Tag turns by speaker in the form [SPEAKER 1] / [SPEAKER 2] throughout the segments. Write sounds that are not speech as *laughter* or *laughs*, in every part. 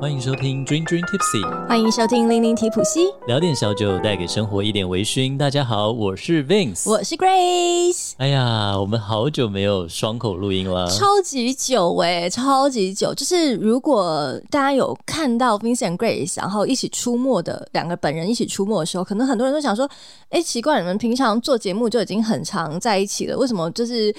[SPEAKER 1] 欢迎收听 Dream Dream Tipsy，
[SPEAKER 2] 欢迎收听零零提普西，
[SPEAKER 1] 聊点小酒，带给生活一点微醺。大家好，我是 Vince。
[SPEAKER 2] 我是 Grace。
[SPEAKER 1] 哎呀，我们好久没有双口录音了。
[SPEAKER 2] 超级久哎、超级久！就是如果大家有看到 Vincent Grace，然后一起出没的两个本人一起出没的时候，可能很多人都想说：“哎、奇怪，你们平常做节目就已经很常在一起了，为什么就是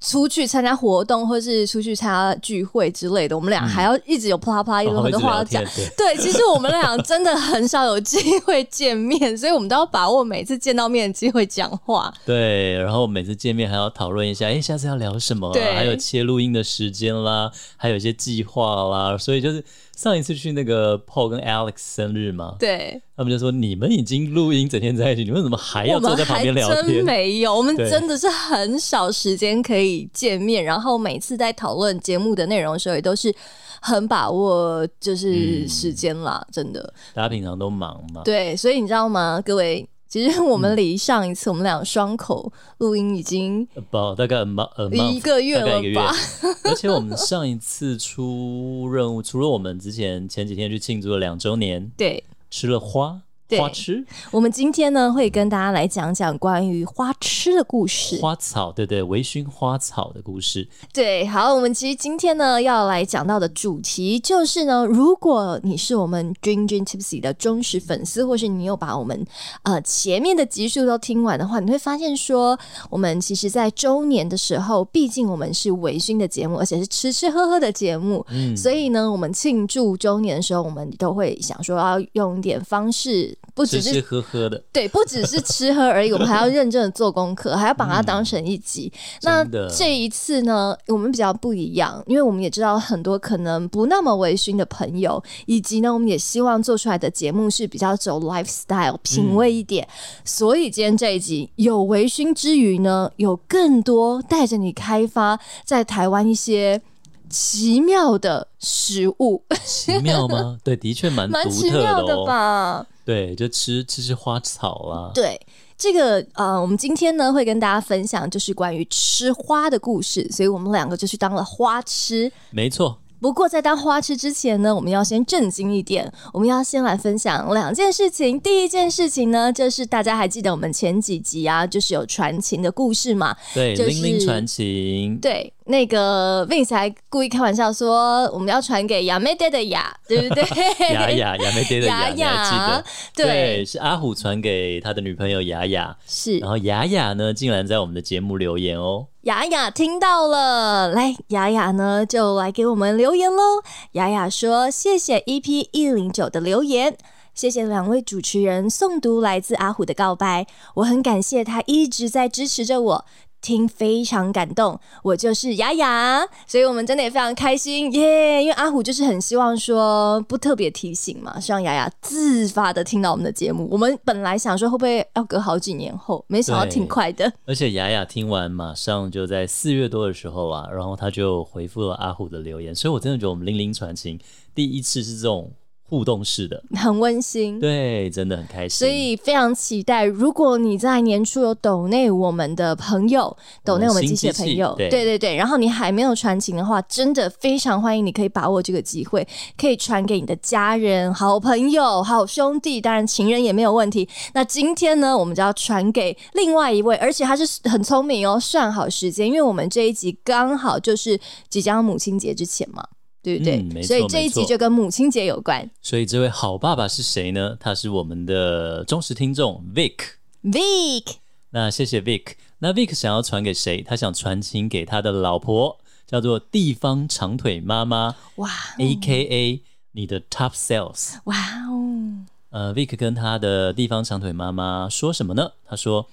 [SPEAKER 2] 出去参加活动或是出去参加聚会之类的，我们俩还要一直有啪啦啪啦，一直有
[SPEAKER 1] 哦
[SPEAKER 2] 很
[SPEAKER 1] 一直
[SPEAKER 2] 多话
[SPEAKER 1] 聊
[SPEAKER 2] 要讲
[SPEAKER 1] *laughs* 天，？”对，
[SPEAKER 2] 对，其实我们俩真的很少有机会见面，所以我们都要把握每次见到面的机会讲话。
[SPEAKER 1] 对，然后每次见面还要讨论一下，哎，下次要聊什么、
[SPEAKER 2] 对
[SPEAKER 1] 啊？还有切录音的时间啦，还有一些计划啦。所以就是上一次去那个 Paul 跟 Alex 生日嘛，
[SPEAKER 2] 对，
[SPEAKER 1] 他们就说你们已经录音整天在一起，你们怎么还要
[SPEAKER 2] 我
[SPEAKER 1] 坐
[SPEAKER 2] 们
[SPEAKER 1] 在旁
[SPEAKER 2] 还
[SPEAKER 1] 边聊天
[SPEAKER 2] 真？没有，我们
[SPEAKER 1] 对
[SPEAKER 2] 真的是很少时间可以见面，然后每次在讨论节目的内容的时候，也都是很把握
[SPEAKER 1] 嗯
[SPEAKER 2] 就是时间啦，真的。
[SPEAKER 1] 大家平常都忙嘛。
[SPEAKER 2] 对，所以你知道吗，各位？其实我
[SPEAKER 1] 嗯
[SPEAKER 2] 们离上一次我们俩双口录音已经
[SPEAKER 1] about 大概 a month, a month
[SPEAKER 2] 一个月
[SPEAKER 1] 大概一个
[SPEAKER 2] 了
[SPEAKER 1] 月 *laughs*
[SPEAKER 2] *laughs* 吧？
[SPEAKER 1] 而且我们上一次出任务，除了我们之前前几天去庆祝了两周年，
[SPEAKER 2] 对，
[SPEAKER 1] 吃了花
[SPEAKER 2] 对
[SPEAKER 1] 花痴
[SPEAKER 2] 我们今天呢会跟大家来讲讲关于花痴的故事。
[SPEAKER 1] 花草，对对，微醺花草的故事。
[SPEAKER 2] 对，好，我们其实今天呢要来讲到的主题就是呢，如果你是我们 Dream Dream Tipsy 的忠实粉丝，或是你有把我们呃前面的集数都听完的话，你会发现说，我们其实在周年的时候，毕竟我们是微醺的节目，而且是吃吃喝喝的节目，
[SPEAKER 1] 嗯，
[SPEAKER 2] 所以呢，我们庆祝周年的时候，我们都会想说要用一点方式，不只
[SPEAKER 1] 吃
[SPEAKER 2] 是
[SPEAKER 1] 吃喝喝的，
[SPEAKER 2] 对，不只是吃喝而已，我们还要认真的做功课，还要把它
[SPEAKER 1] 嗯
[SPEAKER 2] 当成一集。那
[SPEAKER 1] 真的
[SPEAKER 2] 这一次呢，我们比较不一样，因为我们也知道很多可能不那么微醺的朋友，以及呢，我们也希望做出来的节目是比较走 lifestyle 品味一点。
[SPEAKER 1] 嗯
[SPEAKER 2] 所以今天这一集有微醺之余呢，有更多带着你开发在台湾一些奇妙的食物，
[SPEAKER 1] 奇妙
[SPEAKER 2] *laughs*
[SPEAKER 1] 吗？对，的确蛮
[SPEAKER 2] 蛮
[SPEAKER 1] 独
[SPEAKER 2] 奇
[SPEAKER 1] 特
[SPEAKER 2] 妙的
[SPEAKER 1] 哦。
[SPEAKER 2] 吧？
[SPEAKER 1] 对，就吃吃吃花草啊啦。
[SPEAKER 2] 对，这个呃，我们今天呢会跟大家分享就是关于吃花的故事，所以我们两个就去当了花痴。
[SPEAKER 1] 没错，
[SPEAKER 2] 不过在当花痴之前呢，我们要先正经一点，我们要先来分享两件事情。第一件事情呢，就是大家还记得我们前几集啊，就是有传情的故事嘛，
[SPEAKER 1] 对，
[SPEAKER 2] 就是
[SPEAKER 1] 零零传情，
[SPEAKER 2] 对，那个 Vince 还故意开玩笑说我们要传给雅妹爹的雅，对不对？
[SPEAKER 1] *laughs* 雅雅雅梅爹的雅，你
[SPEAKER 2] 雅
[SPEAKER 1] 还记
[SPEAKER 2] 雅
[SPEAKER 1] 得？，
[SPEAKER 2] *laughs* 对，
[SPEAKER 1] 是阿虎传给他的女朋友雅雅，
[SPEAKER 2] 是
[SPEAKER 1] 然后雅雅呢，竟然在我们的节目留言哦。
[SPEAKER 2] 雅雅听到了，来，雅雅呢就来给我们留言喽。雅雅说：“谢谢 EP 一零九的留言，谢谢两位主持人诵读来自阿虎的告白，我很感谢他一直在支持着我。”听非常感动，我就是雅雅，所以我们真的也非常开心耶因为阿虎就是很希望说不特别提醒嘛，是让雅雅自发的听到我们的节目。我们本来想说会不会要隔好几年后，没想到
[SPEAKER 1] 对
[SPEAKER 2] 挺快的。
[SPEAKER 1] 而且雅雅听完，马上就在四月多的时候啊，然后她就回复了阿虎的留言，所以我真的觉得我们零零传情第一次是这种互动式的，
[SPEAKER 2] 很温馨。
[SPEAKER 1] 对，真的很开心。
[SPEAKER 2] 嗯所以非常期待，如果你在年初有抖内我们的朋友，抖内我们机器的朋友，
[SPEAKER 1] 嗯新机器对
[SPEAKER 2] 对对对，然后你还没有传情的话，真的非常欢迎你可以把握这个机会，可以传给你的家人、好朋友、好兄弟，当然情人也没有问题。那今天呢，我们就要传给另外一位，而且他是很聪明哦，算好时间，因为我们这一集刚好就是即将母亲节之前嘛，对不对？
[SPEAKER 1] 嗯没错
[SPEAKER 2] 所以这一
[SPEAKER 1] 没
[SPEAKER 2] 集
[SPEAKER 1] 错
[SPEAKER 2] 就跟母亲节有关。
[SPEAKER 1] 所以这位好爸爸是谁呢？他是我们的忠实听众 Vic。
[SPEAKER 2] Vic，
[SPEAKER 1] 那谢谢 Vic。那 Vic 想要传给谁？他想传情给他的老婆，叫做地方长腿妈妈
[SPEAKER 2] 哇
[SPEAKER 1] ，A K A 你的 Top Sales。
[SPEAKER 2] 哇哦！
[SPEAKER 1] 呃，Vic 跟他的地方长腿妈妈说什么呢？他说：“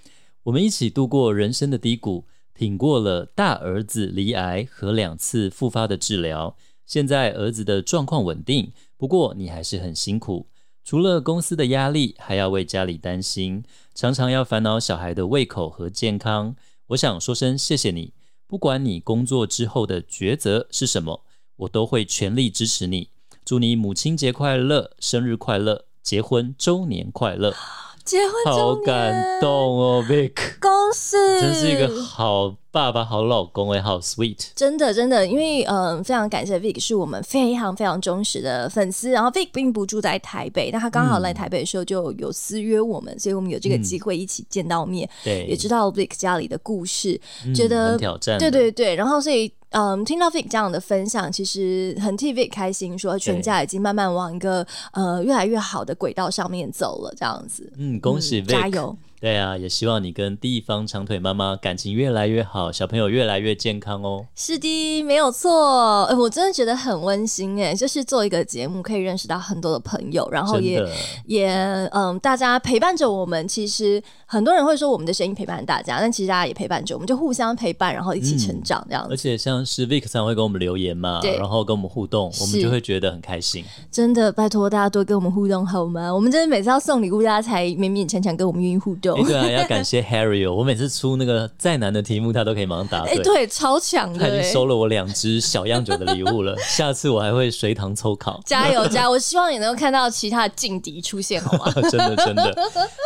[SPEAKER 1] 我们一起度过人生的低谷，挺过了大儿子罹癌和两次复发的治疗。现在儿子的状况稳定，不过你还是很辛苦，除了公司的压力，还要为家里担心，常常要烦恼小孩的胃口和健康。我想说声谢谢你，不管你工作之后的抉择是什么，我都会全力支持你。”祝你母亲节快乐，生日快乐，结婚周年快乐！
[SPEAKER 2] *laughs* 结婚周
[SPEAKER 1] 好
[SPEAKER 2] 年嗯
[SPEAKER 1] 感动，哦，Vic，
[SPEAKER 2] 恭喜！
[SPEAKER 1] 真是一个好爸爸，好老公哎、好 sweet。
[SPEAKER 2] 真的，真的，因为嗯、呃非常感谢 Vic 是我们非常非常忠实的粉丝。然后 Vic 并不住在台北，但他刚好来台北的时候就有私约我们，所以我们有这个机会一起见到面，
[SPEAKER 1] 嗯对，
[SPEAKER 2] 也知道了 Vic 家里的故事，
[SPEAKER 1] 嗯
[SPEAKER 2] 觉得
[SPEAKER 1] 很挑战的，
[SPEAKER 2] 对对对，然后所以嗯，听到 Vic 这样的分享，其实很替 Vic 开心，说全家已经慢慢往一个呃越来越好的轨道上面走了，这样子。
[SPEAKER 1] 嗯，恭喜
[SPEAKER 2] 嗯
[SPEAKER 1] Vic，
[SPEAKER 2] 加油！
[SPEAKER 1] 对啊，也希望你跟地方长腿妈妈感情越来越好，小朋友越来越健康哦。
[SPEAKER 2] 是的，没有错。哎，我真的觉得很温馨哎，就是做一个节目可以认识到很多的朋友，然后
[SPEAKER 1] 真
[SPEAKER 2] 也
[SPEAKER 1] 的，
[SPEAKER 2] 也嗯，大家陪伴着我们。其实很多人会说我们的声音陪伴大家，但其实大家也陪伴着我们，就互相陪伴，然后一起
[SPEAKER 1] 嗯
[SPEAKER 2] 成长这样子。
[SPEAKER 1] 而且像是 Vic 常会跟我们留言嘛，
[SPEAKER 2] 对
[SPEAKER 1] 然后跟我们互动，我们
[SPEAKER 2] 是
[SPEAKER 1] 就会觉得很开
[SPEAKER 2] *laughs*
[SPEAKER 1] 心。
[SPEAKER 2] 真的，拜托大家多跟我们互动好吗？我们真的每次要送礼物，大家才勉勉强强跟我们愿意互动
[SPEAKER 1] 诶。对啊，要感谢 Harry 哦，我每次出那个再难的题目，他都可以马上答
[SPEAKER 2] 哎、
[SPEAKER 1] 对。
[SPEAKER 2] 对，超强的、
[SPEAKER 1] 他已经
[SPEAKER 2] 哎
[SPEAKER 1] 收了我两只小样酒的礼物
[SPEAKER 2] *laughs*
[SPEAKER 1] 了，下次我还会随堂抽考。 *laughs*
[SPEAKER 2] 加油加油！我希望也能够看到其他的劲敌出现，好
[SPEAKER 1] *laughs*
[SPEAKER 2] 吗？
[SPEAKER 1] 真的真的，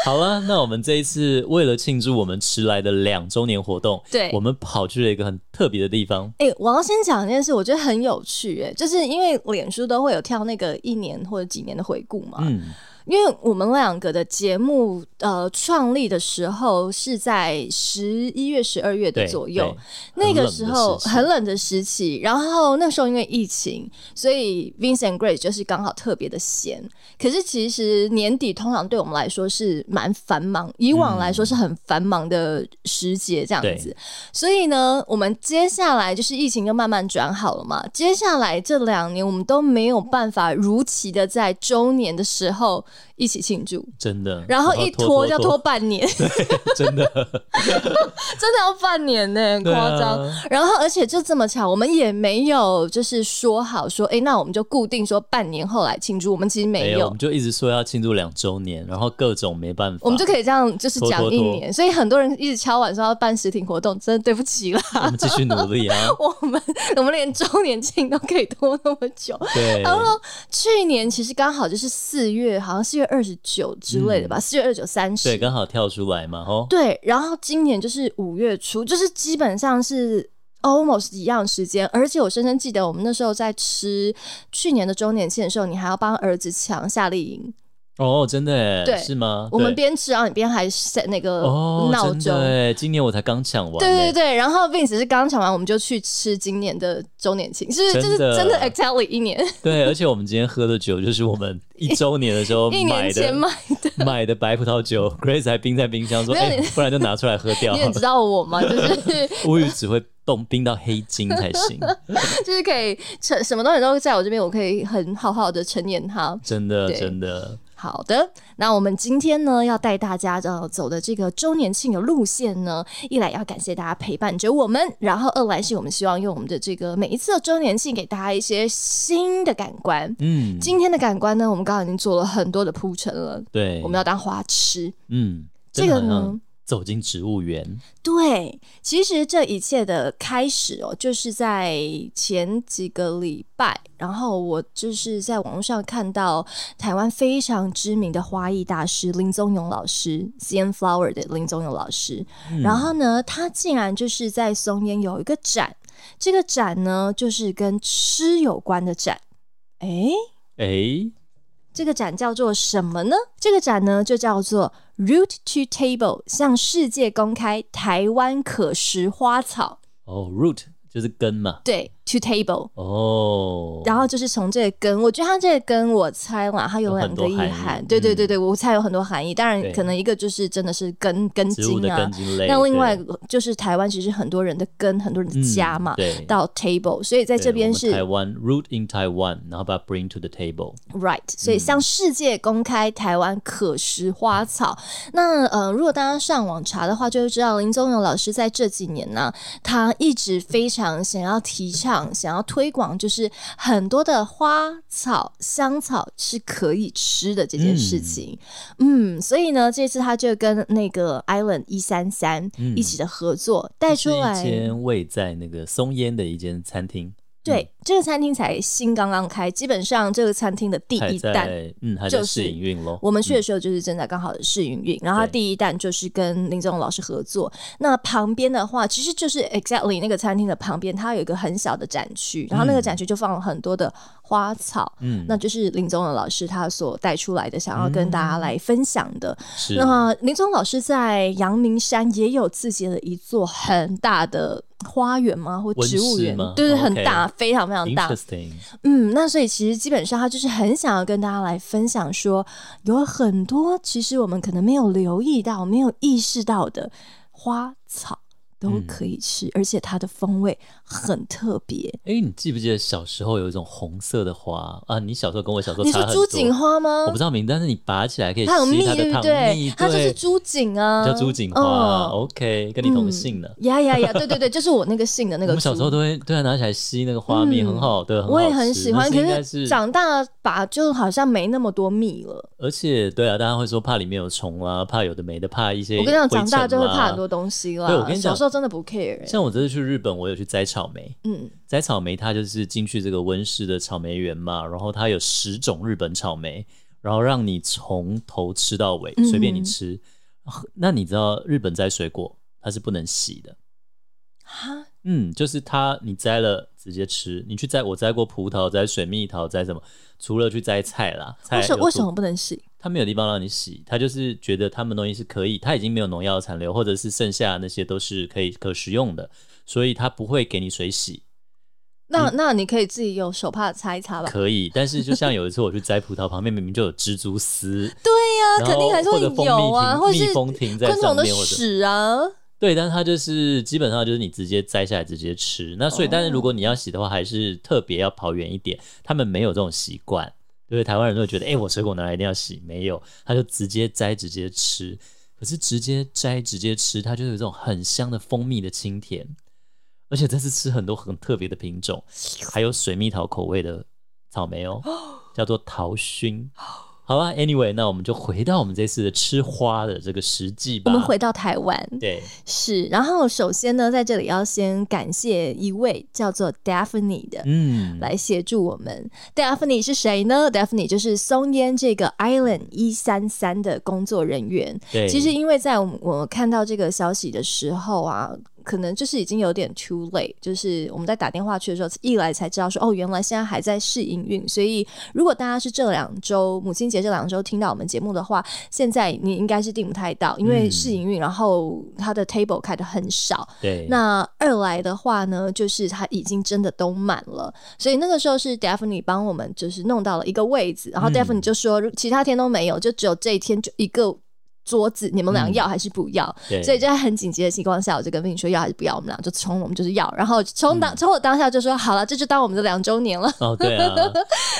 [SPEAKER 1] 好了，那我们这一次为了庆祝我们迟来的两周年活动，
[SPEAKER 2] 对
[SPEAKER 1] 我们跑去了一个很特别的地方，
[SPEAKER 2] 哎、我要先讲一件事，我觉得很有趣、哎，就是因为脸书都会有跳那个一年或者几年的回顾嘛，
[SPEAKER 1] 嗯，
[SPEAKER 2] 因为我们两个的节目呃创立的时候是在十一月、十二月的
[SPEAKER 1] 对，
[SPEAKER 2] 左右
[SPEAKER 1] 对，，
[SPEAKER 2] 那
[SPEAKER 1] 很
[SPEAKER 2] 个
[SPEAKER 1] 冷
[SPEAKER 2] 时
[SPEAKER 1] 的
[SPEAKER 2] 候
[SPEAKER 1] 时期
[SPEAKER 2] 很冷的时期，然后那时候因为疫情，所以 Vincent Grace 就是刚好特别的闲。可是其实年底通常对我们来说是蛮繁忙，以往来说是很繁忙的时节这样子。所以呢，我们接下来就是疫情就慢慢转好了嘛。接下来这两年我们都没有办法如期的在周年的时候一起庆祝。
[SPEAKER 1] 真的，
[SPEAKER 2] 然后一拖
[SPEAKER 1] 拖
[SPEAKER 2] 就拖，半年， *laughs*
[SPEAKER 1] 真的
[SPEAKER 2] 真的要半年呢、很
[SPEAKER 1] 对
[SPEAKER 2] 夸
[SPEAKER 1] 啊
[SPEAKER 2] 张。然后，而且就这么巧，我们也没有就是说好说，哎，那我们就固定说半年后来庆祝。我们其实没
[SPEAKER 1] 没
[SPEAKER 2] 有，
[SPEAKER 1] 哎有，我们就一直说要庆祝两周年，然后各种没办法，
[SPEAKER 2] 我们就可以这样就是
[SPEAKER 1] 拖
[SPEAKER 2] 讲
[SPEAKER 1] 拖
[SPEAKER 2] 一
[SPEAKER 1] 拖
[SPEAKER 2] 年。所以很多人一直敲碗说要办实体活动，真的对不起啦，
[SPEAKER 1] 我们继续努力啊，
[SPEAKER 2] *laughs* 我们我们连周年庆都可以拖那么久。
[SPEAKER 1] 对，
[SPEAKER 2] 然后去年其实刚好就是四月，好像四月二十九之类的吧，四、月二十九、三
[SPEAKER 1] 嗯对，
[SPEAKER 2] 十。
[SPEAKER 1] 刚好跳出来嘛，哦，
[SPEAKER 2] 对，然后今年就是五月初，就是基本上是 almost 一样时间，而且我深深记得我们那时候在吃去年的周年庆的时候，你还要帮儿子抢夏令营，
[SPEAKER 1] 哦，真的耶，
[SPEAKER 2] 对
[SPEAKER 1] 是吗？
[SPEAKER 2] 我们
[SPEAKER 1] 对
[SPEAKER 2] 边吃然后你边还 set 那个
[SPEAKER 1] 哦，
[SPEAKER 2] 闹
[SPEAKER 1] 真
[SPEAKER 2] 钟。
[SPEAKER 1] 的耶，今年我才刚抢完，
[SPEAKER 2] 对对，对，然后 Vince 是刚抢完，我们就去吃今年的周年庆，是就是
[SPEAKER 1] 真的
[SPEAKER 2] 真的 exactly 一年
[SPEAKER 1] *laughs* 对，而且我们今天喝的酒就是我们一周年的时候
[SPEAKER 2] *laughs* 一年
[SPEAKER 1] 买的
[SPEAKER 2] 前买的。
[SPEAKER 1] 买的白葡萄酒，Grace *laughs* 还冰在冰箱说，
[SPEAKER 2] 没有
[SPEAKER 1] 哎
[SPEAKER 2] 你，
[SPEAKER 1] 不然就拿出来喝掉
[SPEAKER 2] *laughs* 你，也知道我嘛，
[SPEAKER 1] *laughs*
[SPEAKER 2] 就是
[SPEAKER 1] 乌鱼只会冻冰到黑金才
[SPEAKER 2] *laughs*
[SPEAKER 1] 行，
[SPEAKER 2] 就是可以成什么东西都在我这边，我可以很好好的陈年它。
[SPEAKER 1] 真的
[SPEAKER 2] 对
[SPEAKER 1] 真的，
[SPEAKER 2] 好的，那我们今天呢要带大家呃走的这个周年庆的路线呢，一来要感谢大家陪伴着我们，然后二来是我们希望用我们的这个每一次的周年庆给大家一些新的感官。
[SPEAKER 1] 嗯，
[SPEAKER 2] 今天的感官呢，我们刚刚已经做了很多的铺陈了，
[SPEAKER 1] 对，
[SPEAKER 2] 我们要当花痴。
[SPEAKER 1] 嗯，
[SPEAKER 2] 这
[SPEAKER 1] 真的好
[SPEAKER 2] 个
[SPEAKER 1] 像
[SPEAKER 2] 呢
[SPEAKER 1] 走进植物园，
[SPEAKER 2] 对，其实这一切的开始哦，就是在前几个礼拜，然后我就是在网络上看到台湾非常知名的花艺大师林宗勇老师 c n Flower 的林宗勇老师，然后呢，他竟然就是在松烟有一个展，这个展呢就是跟吃有关的展，诶，
[SPEAKER 1] 哎，
[SPEAKER 2] 这个展叫做什么呢？这个展呢就叫做 Root to Table，向世界公开台湾可食花草。
[SPEAKER 1] 哦，root 就是根嘛，
[SPEAKER 2] 对，to table，
[SPEAKER 1] 哦，
[SPEAKER 2] 然后就是从这个根，我觉得它这个根，我猜啦，它有
[SPEAKER 1] 有
[SPEAKER 2] 两
[SPEAKER 1] 很
[SPEAKER 2] 个
[SPEAKER 1] 多
[SPEAKER 2] 意
[SPEAKER 1] 含义
[SPEAKER 2] 涵。对对对
[SPEAKER 1] 嗯
[SPEAKER 2] 对，我猜有很多含义。当然
[SPEAKER 1] 对，
[SPEAKER 2] 可能一个就是真的是根根
[SPEAKER 1] 植物
[SPEAKER 2] 茎
[SPEAKER 1] 的
[SPEAKER 2] 啊
[SPEAKER 1] 根，茎类，
[SPEAKER 2] 那另外
[SPEAKER 1] 对
[SPEAKER 2] 就是台湾其实很多人的根，很多人
[SPEAKER 1] 嗯
[SPEAKER 2] 的家嘛。
[SPEAKER 1] 对。
[SPEAKER 2] 到 table，所以在
[SPEAKER 1] 对
[SPEAKER 2] 这边
[SPEAKER 1] 我们
[SPEAKER 2] 是
[SPEAKER 1] 台湾 root in Taiwan，然后把它 bring to the table。
[SPEAKER 2] Right，所以向世界公开台湾可食花草。那呃，如果大家上网查的话，就会知道林宗勇老师在这几年呢、他一直非常想要提倡、想要推广，就是很多的花草、香草是可以吃的这件事情。嗯所以呢，这次他就跟那个 Island 一三三一起的合作，带
[SPEAKER 1] 嗯是
[SPEAKER 2] 出
[SPEAKER 1] 一
[SPEAKER 2] 来。
[SPEAKER 1] 间位在那个松烟的一间餐厅，
[SPEAKER 2] 对，这个餐厅才新刚刚开，基本上这个餐厅的第
[SPEAKER 1] 还
[SPEAKER 2] 一弹，
[SPEAKER 1] 在嗯还
[SPEAKER 2] 就
[SPEAKER 1] 在试
[SPEAKER 2] 是
[SPEAKER 1] 营运喽。
[SPEAKER 2] 我们去的时候就是正在刚好试营运，然后它
[SPEAKER 1] 对
[SPEAKER 2] 第一弹就是跟林宗老师合作。那旁边的话，其实就是 exactly 那个餐厅的旁边，它有一个很小的展区，然后那个展区就放了很多的花草，
[SPEAKER 1] 嗯，
[SPEAKER 2] 那就是林宗老师他所带出来的，想要跟大家来分享的。
[SPEAKER 1] 是
[SPEAKER 2] 那林宗老师在阳明山也有自己的一座很大的花园吗？或
[SPEAKER 1] 温
[SPEAKER 2] 植物
[SPEAKER 1] 室
[SPEAKER 2] 园
[SPEAKER 1] 吗？哦
[SPEAKER 2] 对对，很
[SPEAKER 1] OK
[SPEAKER 2] 大，非常非常大。
[SPEAKER 1] interesting，
[SPEAKER 2] 嗯，那所以其实基本上他就是很想要跟大家来分享说，有很多其实我们可能没有留意到、没有意识到的花草都
[SPEAKER 1] 嗯
[SPEAKER 2] 可以吃，而且它的风味很特别。
[SPEAKER 1] 哎，你记不记得小时候有一种红色的花啊？你小时候跟我小时候
[SPEAKER 2] 你
[SPEAKER 1] 差
[SPEAKER 2] 说
[SPEAKER 1] 很
[SPEAKER 2] 朱
[SPEAKER 1] 多。
[SPEAKER 2] 槿花吗
[SPEAKER 1] 我不？知道名，但是你拔起来可以
[SPEAKER 2] 它有
[SPEAKER 1] 吸
[SPEAKER 2] 蜜，
[SPEAKER 1] 它的
[SPEAKER 2] 对不
[SPEAKER 1] 糖
[SPEAKER 2] 对
[SPEAKER 1] 蜜，？
[SPEAKER 2] 它就是
[SPEAKER 1] 对
[SPEAKER 2] 朱槿啊，
[SPEAKER 1] 叫朱槿花、啊
[SPEAKER 2] 嗯
[SPEAKER 1] OK，跟你同
[SPEAKER 2] 嗯
[SPEAKER 1] 姓的。
[SPEAKER 2] 呀呀呀！对对对，就是我那个姓的那
[SPEAKER 1] 我
[SPEAKER 2] 个
[SPEAKER 1] 们
[SPEAKER 2] 猪。
[SPEAKER 1] 小时候都会对它拿起来吸那个花蜜，
[SPEAKER 2] 嗯
[SPEAKER 1] 很好，对，很
[SPEAKER 2] 我也
[SPEAKER 1] 好
[SPEAKER 2] 很
[SPEAKER 1] 吃
[SPEAKER 2] 喜
[SPEAKER 1] 那
[SPEAKER 2] 欢，
[SPEAKER 1] 是应
[SPEAKER 2] 可
[SPEAKER 1] 该
[SPEAKER 2] 是
[SPEAKER 1] 是
[SPEAKER 2] 长大吧，就好像没那么多蜜了。
[SPEAKER 1] 而且对啊，大家会说怕里面有虫啦，怕有的没的，怕一些。啊
[SPEAKER 2] 我跟你讲，长大就会怕很多。东西啦。
[SPEAKER 1] 对我跟你讲
[SPEAKER 2] 啊小时候真的不 care、欸。
[SPEAKER 1] 像我这次去日本，我有去摘草莓，
[SPEAKER 2] 嗯，
[SPEAKER 1] 摘草莓它就是进去这个温室的草莓园嘛，然后它有十种日本草莓，然后让你从头吃到尾，随便你
[SPEAKER 2] 嗯
[SPEAKER 1] 吃。那你知道日本摘水果它是不能洗的，
[SPEAKER 2] 哈，
[SPEAKER 1] 嗯，就是它，你摘了直接吃。你去摘，我摘过葡萄，摘水蜜桃，摘什么？除了去摘菜啦，菜
[SPEAKER 2] 为什
[SPEAKER 1] 有嗯
[SPEAKER 2] 为什
[SPEAKER 1] 做
[SPEAKER 2] 么？不能洗？
[SPEAKER 1] 它没有地方让你洗，它就是觉得他们东西是可以，它已经没有农药残留，或者是剩下的那些都是可以可食用的，所以它不会给你水
[SPEAKER 2] *laughs*
[SPEAKER 1] 洗。
[SPEAKER 2] 那那你可以自己用手帕擦一擦吧。
[SPEAKER 1] 可以，但是就像有一次我去摘葡萄，旁边明明就有蜘蛛丝，
[SPEAKER 2] 对呀、
[SPEAKER 1] 然
[SPEAKER 2] 肯定
[SPEAKER 1] 后
[SPEAKER 2] 还是
[SPEAKER 1] 或
[SPEAKER 2] 会
[SPEAKER 1] 者蜂
[SPEAKER 2] 有啊，或者
[SPEAKER 1] 蜜
[SPEAKER 2] 是
[SPEAKER 1] 停，蜜蜂停在
[SPEAKER 2] 昆虫
[SPEAKER 1] 上
[SPEAKER 2] 的
[SPEAKER 1] 面，或者
[SPEAKER 2] 屎啊。
[SPEAKER 1] 对，但是它就是基本上就是你直接摘下来直接吃。那所以，但是如果你要洗的话，还是特别要跑远一点。他们没有这种习惯，就是台湾人都会觉得，哎、我水果拿来一定要洗，没有，他就直接摘直接吃。可是直接摘直接吃，它就有一种很香的蜂蜜的清甜，而且这次吃很多很特别的品种，还有水蜜桃口味的草莓
[SPEAKER 2] *gasps*
[SPEAKER 1] 哦，叫做桃熏。好吧，Anyway，那我们就回到我们这次的吃花的这个实际
[SPEAKER 2] 我
[SPEAKER 1] 吧。
[SPEAKER 2] 们回到台湾，
[SPEAKER 1] 对，
[SPEAKER 2] 是。然后首先呢，在这里要先感谢一位叫做 Daphne 的，
[SPEAKER 1] 嗯，
[SPEAKER 2] 来协助我们。Daphne 是谁呢？Daphne 就是松烟这个 Island 一三三的工作人员。
[SPEAKER 1] 对，
[SPEAKER 2] 其实因为在我们我看到这个消息的时候啊，可能就是已经有点 too late，就是我们在打电话去的时候，一来才知道说哦，原来现在还在试营运。所以如果大家是这两周母亲节这两周听到我们节目的话，现在你应该是订不太到，因为
[SPEAKER 1] 嗯
[SPEAKER 2] 试营运，然后它的 table 开的很少。
[SPEAKER 1] 对，
[SPEAKER 2] 那二来的话呢，就是它已经真的都满了，所以那个时候是 Daphne 帮我们就是弄到了一个位置，然后
[SPEAKER 1] 嗯
[SPEAKER 2] Daphne 就说、如其他天都没有，就只有这一天就一个。桌子，你们俩
[SPEAKER 1] 嗯
[SPEAKER 2] 要还是不要？
[SPEAKER 1] 对
[SPEAKER 2] 所以就在很紧急的情况下，我就跟你说要还是不要，我们俩就冲，我们就是要。然后冲当
[SPEAKER 1] 嗯
[SPEAKER 2] 冲我当下就说好了，这就当我们的两周年了。
[SPEAKER 1] 哦，对
[SPEAKER 2] *laughs*
[SPEAKER 1] 啊，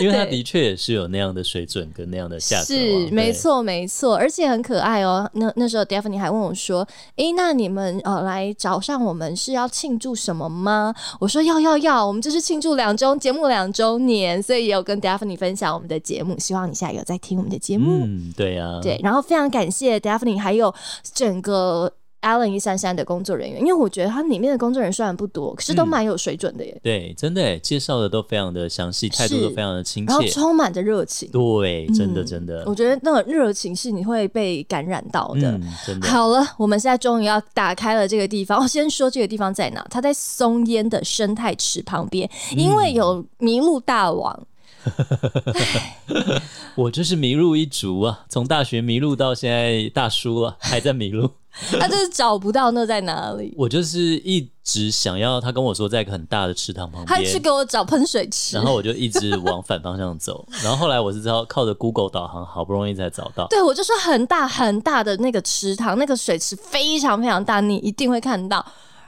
[SPEAKER 1] 因为它
[SPEAKER 2] 对
[SPEAKER 1] 的确也是有那样的水准跟那样的价格啊，
[SPEAKER 2] 是
[SPEAKER 1] 对
[SPEAKER 2] 没，错没错，而且很可爱哦。那那时候 Daphne 还问我说：“诶，那你们呃来找上我们是要庆祝什么吗？”我说：“要要要，我们这是庆祝两周节目两周年，所以也有跟 Daphne 分享我们的节目，希望你现在有在听我们的节目。
[SPEAKER 1] 嗯，对啊，
[SPEAKER 2] 对，，然后非常感谢 Daphne 还有整个。Allen 一三三的工作人员，因为我觉得他里面的工作人员虽然不多，可是都
[SPEAKER 1] 嗯
[SPEAKER 2] 蛮有水准的耶，
[SPEAKER 1] 对，真的耶介绍的都非常的详细，态度
[SPEAKER 2] 是
[SPEAKER 1] 都非常的亲
[SPEAKER 2] 然后
[SPEAKER 1] 切，
[SPEAKER 2] 充满着热情。
[SPEAKER 1] 嗯对，真的
[SPEAKER 2] 嗯
[SPEAKER 1] 真的
[SPEAKER 2] 我，觉得那种热情是你会被感染到的。
[SPEAKER 1] 嗯，真的，
[SPEAKER 2] 好了，我们现在终于要打开了这个地方。哦，先说这个地方在哪？它在松烟的生态池旁边，
[SPEAKER 1] 嗯
[SPEAKER 2] 因为有麋鹿大王。
[SPEAKER 1] *laughs* 我就是迷路一族啊，从大学迷路到现在大叔了，还在迷路。 *laughs*
[SPEAKER 2] 他就是找不到那在哪里，
[SPEAKER 1] 我就是一直想要，他跟我说在一个很大的池塘旁
[SPEAKER 2] 他去
[SPEAKER 1] 边，
[SPEAKER 2] 给我找喷水池
[SPEAKER 1] 然。后我就一直往反方向走，然后后来我是知道靠着 Google 导航，好不容易才找到。
[SPEAKER 2] 对，我就说很大很大的那个池塘，那个水池非常非常大，你一定会看到。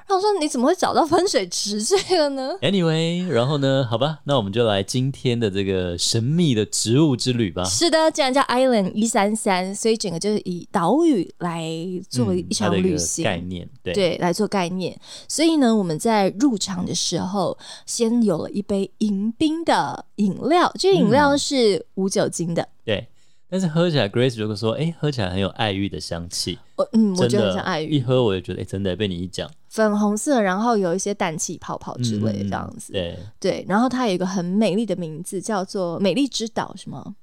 [SPEAKER 2] 然后我说你怎么会找到喷水池这个呢？
[SPEAKER 1] Anyway，然后呢？好吧，那我们就来今天的这个神秘的植物之旅吧。
[SPEAKER 2] 是的，既然叫 Island 一三三，所以整个就是以岛屿来做
[SPEAKER 1] 嗯
[SPEAKER 2] 一
[SPEAKER 1] 它
[SPEAKER 2] 场
[SPEAKER 1] 的一
[SPEAKER 2] 旅
[SPEAKER 1] 个
[SPEAKER 2] 行。
[SPEAKER 1] 概念，对，
[SPEAKER 2] 对，来做概念。所以呢，我们在入场的时候，先
[SPEAKER 1] 嗯
[SPEAKER 2] 有了一杯迎宾的饮料，这个饮料是无酒精的。
[SPEAKER 1] 对但是喝起来，Grace 就说：“哎、喝起来很有爱玉的香气。
[SPEAKER 2] 我嗯，”我
[SPEAKER 1] 真
[SPEAKER 2] 觉得
[SPEAKER 1] 的，
[SPEAKER 2] 很像爱
[SPEAKER 1] 一
[SPEAKER 2] 玉，
[SPEAKER 1] 喝我就觉得，哎、真的被你一讲，
[SPEAKER 2] 粉红色，然后有一些氮气泡泡之类的这样子。
[SPEAKER 1] 嗯对，
[SPEAKER 2] 对，然后它有一个很美丽的名字，叫做美丽之岛，是吗？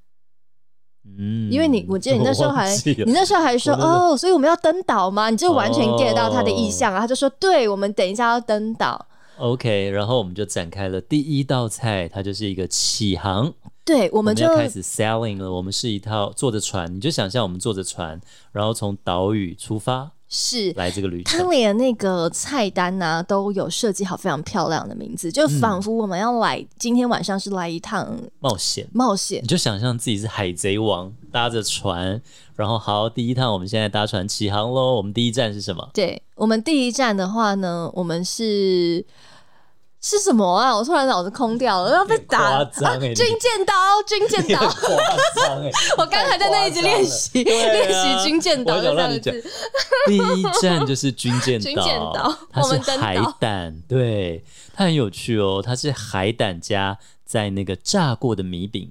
[SPEAKER 1] 嗯，
[SPEAKER 2] 因为你，我记得你那时候
[SPEAKER 1] *laughs*
[SPEAKER 2] 还，
[SPEAKER 1] 忘记了
[SPEAKER 2] 你那时候还说
[SPEAKER 1] 我那
[SPEAKER 2] 哦，所以我们要登岛吗？你就完全
[SPEAKER 1] 哦
[SPEAKER 2] get 到他的意向啊。他就说，对，我们等一下要登岛。
[SPEAKER 1] OK，然后我们就展开了第一道菜，它就是一个起航，
[SPEAKER 2] 对，我
[SPEAKER 1] 我
[SPEAKER 2] 们就
[SPEAKER 1] 要开始 sailing 了。我们是一套坐着船，你就想象我们坐着船，然后从岛屿出发
[SPEAKER 2] 是
[SPEAKER 1] 来这个旅
[SPEAKER 2] 他
[SPEAKER 1] 程。
[SPEAKER 2] 连那个菜单呐、都有设计好非常漂亮的名字，就
[SPEAKER 1] 嗯
[SPEAKER 2] 仿佛我们要来、今天晚上是来一趟
[SPEAKER 1] 冒险。
[SPEAKER 2] 冒险
[SPEAKER 1] 你。就想象自己是海贼王，搭着船，然后好，第一趟我们现在搭船起航喽。我们第一站是什
[SPEAKER 2] *laughs*
[SPEAKER 1] 么？
[SPEAKER 2] 对我们第一站的话呢，我们是是什么啊？我突然脑子空掉了，要被打
[SPEAKER 1] 夸
[SPEAKER 2] 了
[SPEAKER 1] 张
[SPEAKER 2] 啊！
[SPEAKER 1] 欸你
[SPEAKER 2] 军舰岛，军舰
[SPEAKER 1] 你
[SPEAKER 2] 岛
[SPEAKER 1] *laughs* 很。夸张哎！
[SPEAKER 2] 哦 *laughs* 我刚才在那一直练习 *laughs*
[SPEAKER 1] 太夸张了
[SPEAKER 2] 练
[SPEAKER 1] 对啊
[SPEAKER 2] 习军舰岛
[SPEAKER 1] 我
[SPEAKER 2] 这
[SPEAKER 1] 想
[SPEAKER 2] 三
[SPEAKER 1] 让
[SPEAKER 2] 个
[SPEAKER 1] 你讲
[SPEAKER 2] 字。
[SPEAKER 1] 第一站就是军舰岛，
[SPEAKER 2] 军舰岛
[SPEAKER 1] 它
[SPEAKER 2] 我
[SPEAKER 1] 是
[SPEAKER 2] 们登岛
[SPEAKER 1] 海胆，对，它很有趣哦，它是海胆加在那个炸过的米饼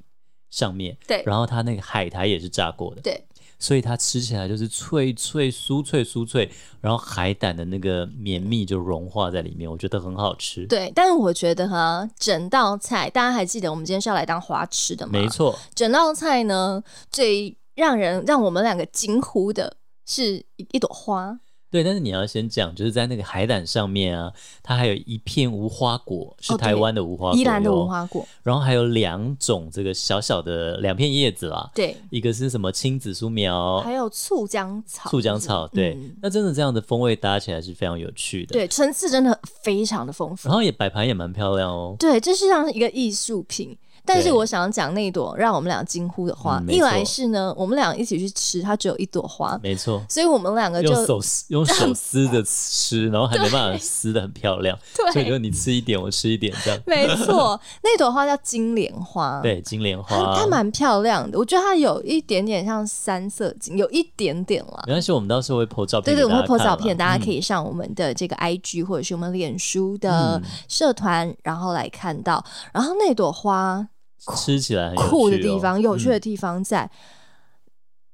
[SPEAKER 1] 上面，
[SPEAKER 2] 对
[SPEAKER 1] 然后它那个海苔也是炸过的，
[SPEAKER 2] 对，
[SPEAKER 1] 所以它吃起来就是脆脆酥脆酥脆，然后海胆的那个绵密就融化在里面，我觉得很好吃，，
[SPEAKER 2] 对，但是我觉得哈，整道菜大家还记得我们今天是要来当花痴的吗？
[SPEAKER 1] 没，错，
[SPEAKER 2] 整道菜呢最让人让我们两个惊呼的是一一朵花，
[SPEAKER 1] 对，但是你要先讲，就是在那个海胆上面啊，它还有一片无花果，是
[SPEAKER 2] 哦对
[SPEAKER 1] 台湾的无花果，
[SPEAKER 2] 宜兰的无，花果，
[SPEAKER 1] 然后还有两种这个小小的两片叶子啦，
[SPEAKER 2] 对，
[SPEAKER 1] 一个是什么青紫苏苗、
[SPEAKER 2] 还有醋浆草，
[SPEAKER 1] 哦醋浆草，对，
[SPEAKER 2] 嗯
[SPEAKER 1] 那真的这样的风味搭起来是非常有趣的。，
[SPEAKER 2] 对，层次真的非常的丰
[SPEAKER 1] 然
[SPEAKER 2] 富，
[SPEAKER 1] 后也摆盘也蛮漂亮哦。
[SPEAKER 2] 对，这是像一个艺术品。但是
[SPEAKER 1] 对
[SPEAKER 2] 我想要讲那朵让我们俩惊呼的花，
[SPEAKER 1] 嗯没
[SPEAKER 2] 一来
[SPEAKER 1] 错
[SPEAKER 2] 是呢，我们俩一起去吃，它只有一朵花，
[SPEAKER 1] 没错，
[SPEAKER 2] 所以我们两个呃就
[SPEAKER 1] 用手撕
[SPEAKER 2] *laughs*
[SPEAKER 1] 用手撕着吃，然后还没办法撕的很漂亮，
[SPEAKER 2] 对
[SPEAKER 1] 所以就你吃一点，我吃一点这样。
[SPEAKER 2] 没
[SPEAKER 1] *laughs*
[SPEAKER 2] 错，那朵花叫金莲花，，
[SPEAKER 1] 对，金莲
[SPEAKER 2] 它
[SPEAKER 1] 花，
[SPEAKER 2] 嗯啊它蛮漂亮的，我觉得它有一点点像三色堇，有一点点啦。
[SPEAKER 1] 没关系，我们到时候会 po 照片，
[SPEAKER 2] 对对，我们会 po
[SPEAKER 1] 啊
[SPEAKER 2] 照片，大家
[SPEAKER 1] 以。
[SPEAKER 2] 可以上我们的这个
[SPEAKER 1] 嗯
[SPEAKER 2] IG 或者是我们脸书的社团，然后来看到。然后那朵花
[SPEAKER 1] 吃起来很有趣、哦、
[SPEAKER 2] 酷的地方、有趣的
[SPEAKER 1] 嗯
[SPEAKER 2] 地方在、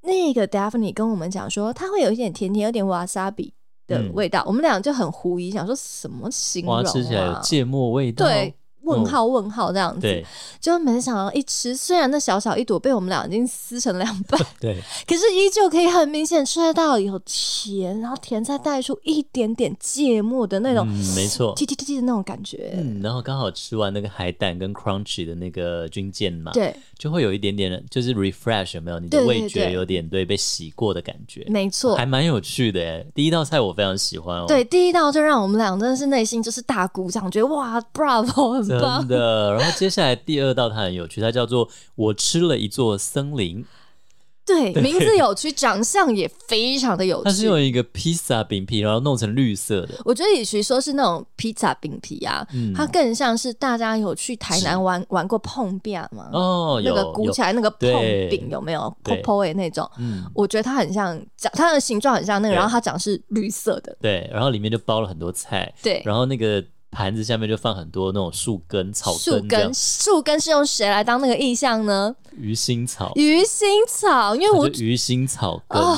[SPEAKER 2] 那个 Daphne 跟我们讲说，它会有一点甜甜，有点 wasabi 的
[SPEAKER 1] 嗯
[SPEAKER 2] 味道。我们俩就很狐疑，想说什么形容
[SPEAKER 1] 哇，
[SPEAKER 2] 啊？
[SPEAKER 1] 吃起来有芥末味道，
[SPEAKER 2] 对，问
[SPEAKER 1] 嗯
[SPEAKER 2] 号问号这样子。 *laughs*
[SPEAKER 1] 对
[SPEAKER 2] 就没想到一吃，虽然那小小一朵被我们俩已经撕成两半，
[SPEAKER 1] 对，
[SPEAKER 2] 可是依旧可以很明显吃得到有甜，然后甜再带出一点点芥末的那种，
[SPEAKER 1] 嗯没错
[SPEAKER 2] 滴滴滴滴的那种感觉。
[SPEAKER 1] 嗯，然后刚好吃完那个海胆跟 crunchy 的那个军舰嘛，
[SPEAKER 2] 对，
[SPEAKER 1] 就会有一点点就是 refresh 有没有？你的
[SPEAKER 2] 对对
[SPEAKER 1] 味
[SPEAKER 2] 对
[SPEAKER 1] 觉有点对被洗过的感觉，
[SPEAKER 2] 没错
[SPEAKER 1] 还。蛮有趣的耶。第一道菜我非常喜欢哦，
[SPEAKER 2] 对，，第一道就让我们俩真的是内心就是大鼓掌，觉得
[SPEAKER 1] *laughs*
[SPEAKER 2] 哇，bravo，很
[SPEAKER 1] 真。
[SPEAKER 2] 棒
[SPEAKER 1] 的。然后接下来第二道它很有趣，它叫做我吃了一座森林，
[SPEAKER 2] 对，名字有趣，长相也非常的有
[SPEAKER 1] 它是
[SPEAKER 2] 趣。
[SPEAKER 1] 用一个披萨饼皮，然后弄成绿色的，
[SPEAKER 2] 我觉得，与其说是那种披萨饼皮啊，
[SPEAKER 1] 嗯，
[SPEAKER 2] 它更像是大家有去台南玩玩过碰壁吗？
[SPEAKER 1] 哦
[SPEAKER 2] 那
[SPEAKER 1] 有
[SPEAKER 2] 个鼓
[SPEAKER 1] 有
[SPEAKER 2] 起来那个碰
[SPEAKER 1] 对
[SPEAKER 2] 饼有没有
[SPEAKER 1] 对
[SPEAKER 2] popo 诶那种？
[SPEAKER 1] 嗯。
[SPEAKER 2] 我觉得它很像长，它的形状很像那个，
[SPEAKER 1] 对
[SPEAKER 2] 然后它长是绿色的，
[SPEAKER 1] 对，然后里面就包了很多菜，
[SPEAKER 2] 对。
[SPEAKER 1] 然后那个盘子下面就放很多那种树根、草
[SPEAKER 2] 树
[SPEAKER 1] 这
[SPEAKER 2] 根，
[SPEAKER 1] 样，
[SPEAKER 2] 树根是用谁来当那个意象呢？
[SPEAKER 1] 鱼腥草，
[SPEAKER 2] 鱼腥草，因为
[SPEAKER 1] 哦它
[SPEAKER 2] 我
[SPEAKER 1] 就鱼腥草根，
[SPEAKER 2] 哦，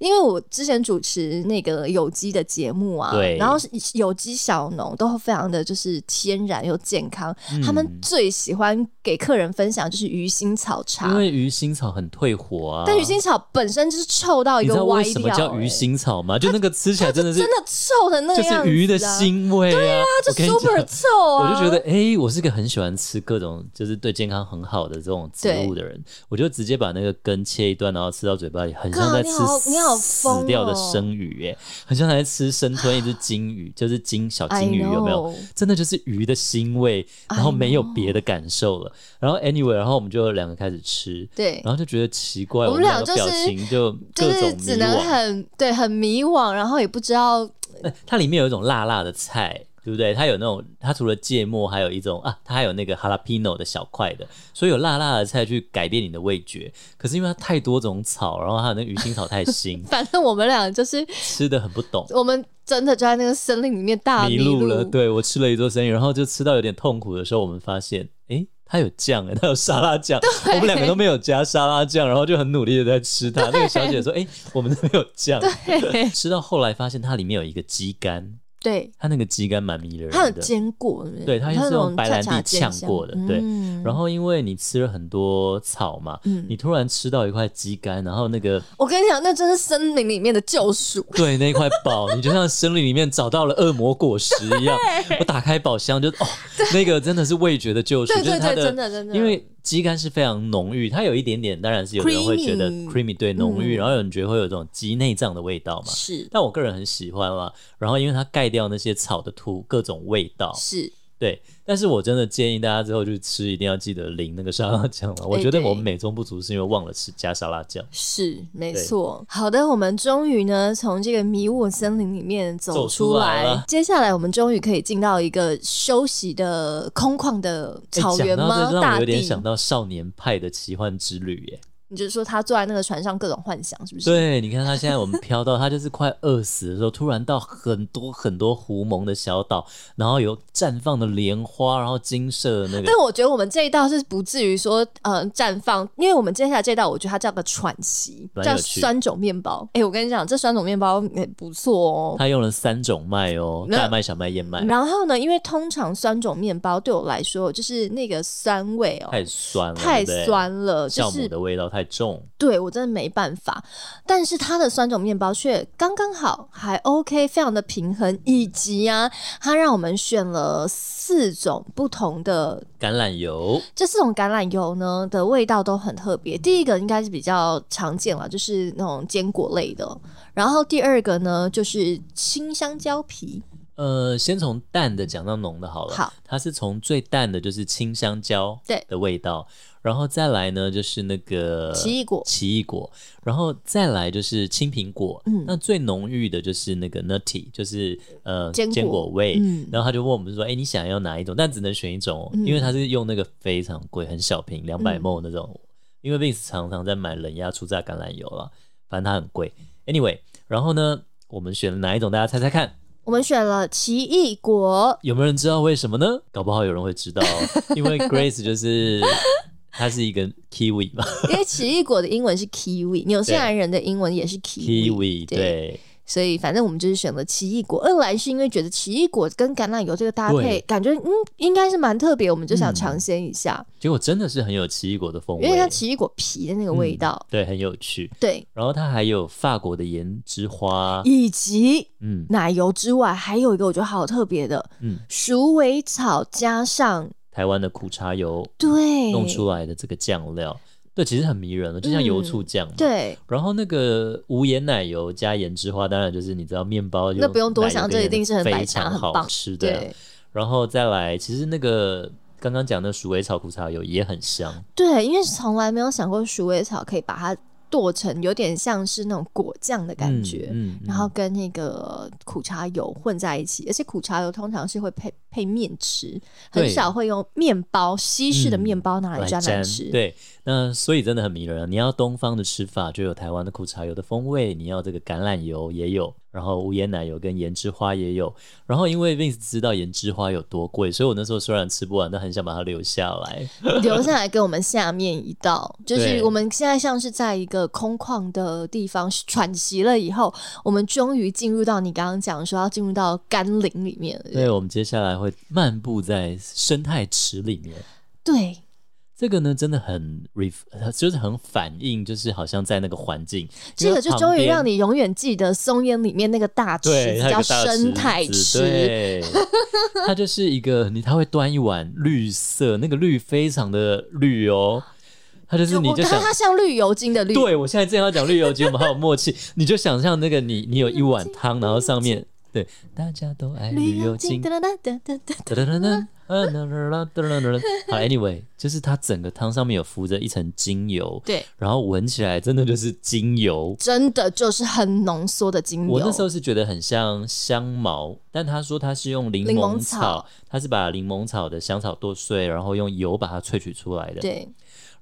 [SPEAKER 2] 因为我之前主持那个有机的节目啊，
[SPEAKER 1] 对
[SPEAKER 2] 然后是有机小农都非常的就是天然又健康，
[SPEAKER 1] 嗯
[SPEAKER 2] 他们最喜欢给客人分享就是鱼腥草茶
[SPEAKER 1] 因，为鱼腥草很退火啊。
[SPEAKER 2] 但鱼腥草本身就是臭到一
[SPEAKER 1] 你知
[SPEAKER 2] 个
[SPEAKER 1] 道
[SPEAKER 2] 歪
[SPEAKER 1] 为
[SPEAKER 2] 掉、
[SPEAKER 1] 什么叫
[SPEAKER 2] 欸
[SPEAKER 1] 鱼腥草吗？就那个吃起来真的是
[SPEAKER 2] 真的臭的那
[SPEAKER 1] 就
[SPEAKER 2] 个样子、啊，
[SPEAKER 1] 是鱼的，腥味啊！
[SPEAKER 2] 它
[SPEAKER 1] 我
[SPEAKER 2] 就
[SPEAKER 1] 跟你讲
[SPEAKER 2] super 臭啊！
[SPEAKER 1] 我就觉得，哎、我是个很喜欢吃各种就是对健康很好的这种植物的人，我就直接把那个根切一段，然后吃到嘴巴里，很像在吃
[SPEAKER 2] 你好你好
[SPEAKER 1] 死
[SPEAKER 2] 疯哦
[SPEAKER 1] 掉的生鱼、哎，很像在吃生吞一只金鱼， *gasps* 就是金小
[SPEAKER 2] I
[SPEAKER 1] 金鱼，有没有
[SPEAKER 2] know？
[SPEAKER 1] 真的就是鱼的腥味，然后没有别的感受了。然后 anyway，然后我们就两个开始吃，
[SPEAKER 2] 对
[SPEAKER 1] 然。后就觉得奇怪，
[SPEAKER 2] 我
[SPEAKER 1] 我
[SPEAKER 2] 们
[SPEAKER 1] 们
[SPEAKER 2] 俩
[SPEAKER 1] 俩
[SPEAKER 2] 就
[SPEAKER 1] 的
[SPEAKER 2] 是
[SPEAKER 1] 表情就
[SPEAKER 2] 就
[SPEAKER 1] 各
[SPEAKER 2] 是
[SPEAKER 1] 种
[SPEAKER 2] 只
[SPEAKER 1] 迷
[SPEAKER 2] 能
[SPEAKER 1] 惘。
[SPEAKER 2] 很对很迷惘，然后也不知道，
[SPEAKER 1] 呃它里面有一种辣辣的菜，对不对？它有那种，它除了芥末，还有一种啊，它还有那个 jalapeno 的小块的，所以有辣辣的菜去改变你的味觉。可是因为它太多种草，然后还有那个鱼腥草太腥 *laughs*
[SPEAKER 2] 反正我们俩就是
[SPEAKER 1] 吃的很不懂。
[SPEAKER 2] 我们真的就在那个森林里面大
[SPEAKER 1] 迷
[SPEAKER 2] 路
[SPEAKER 1] 路了，对我吃了一座生意，然后就吃到有点痛苦的时候，我们发现，哎，它有酱哎、它有沙拉酱，我们两个都没有加沙拉酱，然后就很努力的在吃它。那个小姐说：“哎、我们都没有酱。”
[SPEAKER 2] 对
[SPEAKER 1] *laughs* 吃到后来发现它里面有一个鸡肝，
[SPEAKER 2] 对，
[SPEAKER 1] 它那个鸡肝蛮迷人
[SPEAKER 2] 它有
[SPEAKER 1] 的。
[SPEAKER 2] 煎过，不
[SPEAKER 1] 对它
[SPEAKER 2] 它
[SPEAKER 1] 是
[SPEAKER 2] 那
[SPEAKER 1] 用
[SPEAKER 2] 种
[SPEAKER 1] 白
[SPEAKER 2] 恰
[SPEAKER 1] 兰
[SPEAKER 2] 恰
[SPEAKER 1] 地
[SPEAKER 2] 煎
[SPEAKER 1] 呛
[SPEAKER 2] 香
[SPEAKER 1] 过的对
[SPEAKER 2] 嗯
[SPEAKER 1] 然后因为你吃了很多草嘛，
[SPEAKER 2] 嗯
[SPEAKER 1] 你突然吃到一块鸡肝，然后那
[SPEAKER 2] *laughs*
[SPEAKER 1] 个
[SPEAKER 2] 我跟你讲，那真是森林里面的救赎。
[SPEAKER 1] 对那一块宝，你就像森林里面找到了恶魔果实一
[SPEAKER 2] *laughs*
[SPEAKER 1] 样。我打开宝箱就哦，那个真的是味觉的救赎，
[SPEAKER 2] 对
[SPEAKER 1] 就是
[SPEAKER 2] 对
[SPEAKER 1] 它
[SPEAKER 2] 对，
[SPEAKER 1] 的
[SPEAKER 2] 真的真的，
[SPEAKER 1] 因为鸡肝是非常浓郁，它有一点点，当然是有的人会觉得
[SPEAKER 2] Creamy
[SPEAKER 1] creamy 对浓郁，
[SPEAKER 2] 嗯
[SPEAKER 1] 然后有人觉得会有一种鸡内脏的味道嘛。
[SPEAKER 2] 是
[SPEAKER 1] 但我个人很喜欢啦，然后因为它盖掉那些草的土各种味道，
[SPEAKER 2] 是，
[SPEAKER 1] 对。但是我真的建议大家之后去吃，一定要记得淋那个沙拉酱了。
[SPEAKER 2] 哎
[SPEAKER 1] 我觉得我们美中不足是因为忘了吃加沙拉酱。
[SPEAKER 2] 是，没
[SPEAKER 1] 对
[SPEAKER 2] 错。好的，我们终于呢从这个迷雾森林里面走
[SPEAKER 1] 走出
[SPEAKER 2] 出
[SPEAKER 1] 来了
[SPEAKER 2] 接下来我们终于可以进到一个休息的空旷的
[SPEAKER 1] 诶
[SPEAKER 2] 草原
[SPEAKER 1] 哎讲到
[SPEAKER 2] 吗？
[SPEAKER 1] 这让
[SPEAKER 2] 大
[SPEAKER 1] 我有
[SPEAKER 2] 地
[SPEAKER 1] 点？想到少年派的奇幻之旅耶。
[SPEAKER 2] 你就是说他坐在那个船上各种幻想，是不是？
[SPEAKER 1] 对，你看他现在我们飘到，他就是快饿死的时候，突然到很多很多狐獴的小岛，然后有绽放的莲花，然后金色的那个
[SPEAKER 2] 但，我觉得我们这一道是不至于说，呃，绽放，因为我们接下来这道，我觉得它叫个喘息，
[SPEAKER 1] 蛮有
[SPEAKER 2] 叫
[SPEAKER 1] 趣
[SPEAKER 2] 酸种面包。哎、我跟你讲，这酸种面包也不错哦。
[SPEAKER 1] 他用了三种麦哦，
[SPEAKER 2] 那
[SPEAKER 1] 大麦、小麦、燕麦，
[SPEAKER 2] 然后呢，因为通常酸种面包对我来说，就是那个酸味哦，
[SPEAKER 1] 太酸了，
[SPEAKER 2] 太
[SPEAKER 1] 对不对
[SPEAKER 2] 酸了，就
[SPEAKER 1] 酵母
[SPEAKER 2] 是
[SPEAKER 1] 的味道太重，
[SPEAKER 2] 对我真的没办法。但是它的酸种面包却刚刚好，还 OK，非常的平衡，以及啊，它让我们选了四种不同的
[SPEAKER 1] 橄榄油
[SPEAKER 2] 这四种橄榄油呢的味道都很特别。第一个应该是比较常见了，就是那种坚果类的。然后第二个呢，就是青香蕉皮，
[SPEAKER 1] 呃，先从淡的讲到浓的好了。
[SPEAKER 2] 好，
[SPEAKER 1] 它是从最淡的，就是青香蕉
[SPEAKER 2] 对
[SPEAKER 1] 的味道，然后再来呢就是那个
[SPEAKER 2] 奇异果
[SPEAKER 1] 奇异果，然后再来就是青苹果。
[SPEAKER 2] 嗯
[SPEAKER 1] 那最浓郁的就是那个 nutty，就是呃
[SPEAKER 2] 坚果
[SPEAKER 1] 味。
[SPEAKER 2] 嗯
[SPEAKER 1] 然后他就问我们说：“哎，你想要哪一种？但只能选一种、哦，因为它是用那个非常贵、很小瓶两百
[SPEAKER 2] 嗯
[SPEAKER 1] ml 那种。因为 Vince 常常在买冷压初榨橄榄油啦，反正它很贵。Anyway，然后呢，我们选了哪一种？大家猜猜看。”
[SPEAKER 2] 我们选了奇异果，
[SPEAKER 1] 有没有人知道为什么呢？搞不好有人会知道哦，
[SPEAKER 2] *laughs*
[SPEAKER 1] 因为 Grace 就是她是一个 Kiwi 嘛
[SPEAKER 2] 因为奇异果的英文是 kiwi，纽西兰人的英文也是 kiwi，,
[SPEAKER 1] ，Kiwi 对，
[SPEAKER 2] 所以反正我们就是选了奇异果。二来是因为觉得奇异果跟橄榄油这个搭配
[SPEAKER 1] 对，嗯
[SPEAKER 2] 感觉嗯应该是蛮特别，我们就想尝鲜一下，
[SPEAKER 1] 结果真的是很有奇异果的风味
[SPEAKER 2] 因为，它奇异果皮的那个味道，
[SPEAKER 1] 对，很有趣。
[SPEAKER 2] 对，
[SPEAKER 1] 然后它还有法国的盐之花，
[SPEAKER 2] 以及
[SPEAKER 1] 嗯
[SPEAKER 2] 奶油之外，还有一个我觉得好特别的
[SPEAKER 1] 嗯，
[SPEAKER 2] 鼠尾草加上
[SPEAKER 1] 台湾的苦茶油
[SPEAKER 2] 对
[SPEAKER 1] 弄出来的这个酱料，对，其实很迷人的，哦就像油醋酱嘛。。
[SPEAKER 2] 嗯对。
[SPEAKER 1] 然后那个无盐奶油加盐之花，当然就是你知道面包
[SPEAKER 2] 那不用多
[SPEAKER 1] 奶油
[SPEAKER 2] 想
[SPEAKER 1] 跟
[SPEAKER 2] 这一
[SPEAKER 1] 盐
[SPEAKER 2] 定是很百
[SPEAKER 1] 非
[SPEAKER 2] 搭
[SPEAKER 1] 常
[SPEAKER 2] 很
[SPEAKER 1] 好
[SPEAKER 2] 棒
[SPEAKER 1] 吃的。
[SPEAKER 2] 对
[SPEAKER 1] 然后再来，其实那个刚刚讲的鼠尾草苦茶油也很香，
[SPEAKER 2] 对，因为从来没有想过鼠尾草可以把它剁成有点像是那种果酱的感觉，
[SPEAKER 1] 嗯，嗯
[SPEAKER 2] 然后
[SPEAKER 1] 嗯
[SPEAKER 2] 跟那个苦茶油混在一起，而且苦茶油通常是会配配面吃，很
[SPEAKER 1] 对
[SPEAKER 2] 少会用面包西式的
[SPEAKER 1] 嗯
[SPEAKER 2] 面包拿来
[SPEAKER 1] 来
[SPEAKER 2] 沾来
[SPEAKER 1] 沾
[SPEAKER 2] 吃。 *laughs*
[SPEAKER 1] 对，那所以真的很迷人啊。你要东方的吃法，就有台湾的苦茶油的风味；你要这个橄榄油也有，然后无盐奶油跟盐之花也有。然后因为 Vince 知道盐之花有多贵，所以我那时候虽然吃不完，但很想把它留下来。
[SPEAKER 2] 留下来给我们下面一道，就是
[SPEAKER 1] 对
[SPEAKER 2] 我们现在像是在一个空旷的地方喘息了以后，我们终于进入到你刚刚讲说要进入到甘霖里面了。
[SPEAKER 1] 对，我们接下来会漫步在生态池里面。
[SPEAKER 2] 对，
[SPEAKER 1] 这个呢，真的很 ref，呃就是很反映，就是好像在那个环境。
[SPEAKER 2] 这个就终于让
[SPEAKER 1] 你
[SPEAKER 2] 你永远记得松烟里面那个大池
[SPEAKER 1] 对
[SPEAKER 2] 子
[SPEAKER 1] 它有
[SPEAKER 2] 叫
[SPEAKER 1] 个大
[SPEAKER 2] 生
[SPEAKER 1] 池
[SPEAKER 2] 态
[SPEAKER 1] 子
[SPEAKER 2] 池， *laughs*
[SPEAKER 1] 对，它就是一个你，它会端一碗绿色，那个绿非常的绿哦，它就是你
[SPEAKER 2] 我
[SPEAKER 1] 就
[SPEAKER 2] 看
[SPEAKER 1] 想。
[SPEAKER 2] 它像绿油精的绿，
[SPEAKER 1] 对，我现在正要讲绿油精，我们好有默契。你就想象那个你，你有一碗汤，然后上面对大家都爱
[SPEAKER 2] 绿
[SPEAKER 1] 绿
[SPEAKER 2] 油
[SPEAKER 1] 油
[SPEAKER 2] 精，
[SPEAKER 1] 精
[SPEAKER 2] 哒，哒哒哒哒哒
[SPEAKER 1] 哒哒哒哒啊哒哒哒哒哒哒好，anyway，就是它整个汤上面有浮着一层精油，
[SPEAKER 2] 对，
[SPEAKER 1] 然后闻起来真的就是精油。
[SPEAKER 2] 真的就是很浓缩的精油。
[SPEAKER 1] 我那时候是觉得很像香茅，但他说他是用柠
[SPEAKER 2] 柠檬
[SPEAKER 1] 檬
[SPEAKER 2] 草
[SPEAKER 1] 草，他是把柠檬草的香草剁碎，然后用油把它萃取出来的。
[SPEAKER 2] 对，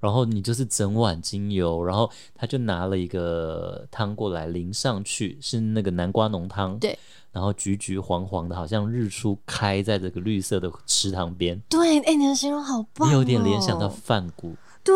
[SPEAKER 1] 然后你就是整碗精油，然后他就拿了一个汤过来淋上去，是那个南瓜浓汤，
[SPEAKER 2] 对，
[SPEAKER 1] 然后橘橘黄黄的，好像日出开在这个绿色的池塘边，
[SPEAKER 2] 对，哎、你的形容好棒、哦，
[SPEAKER 1] 你有点联想到饭谷，
[SPEAKER 2] 对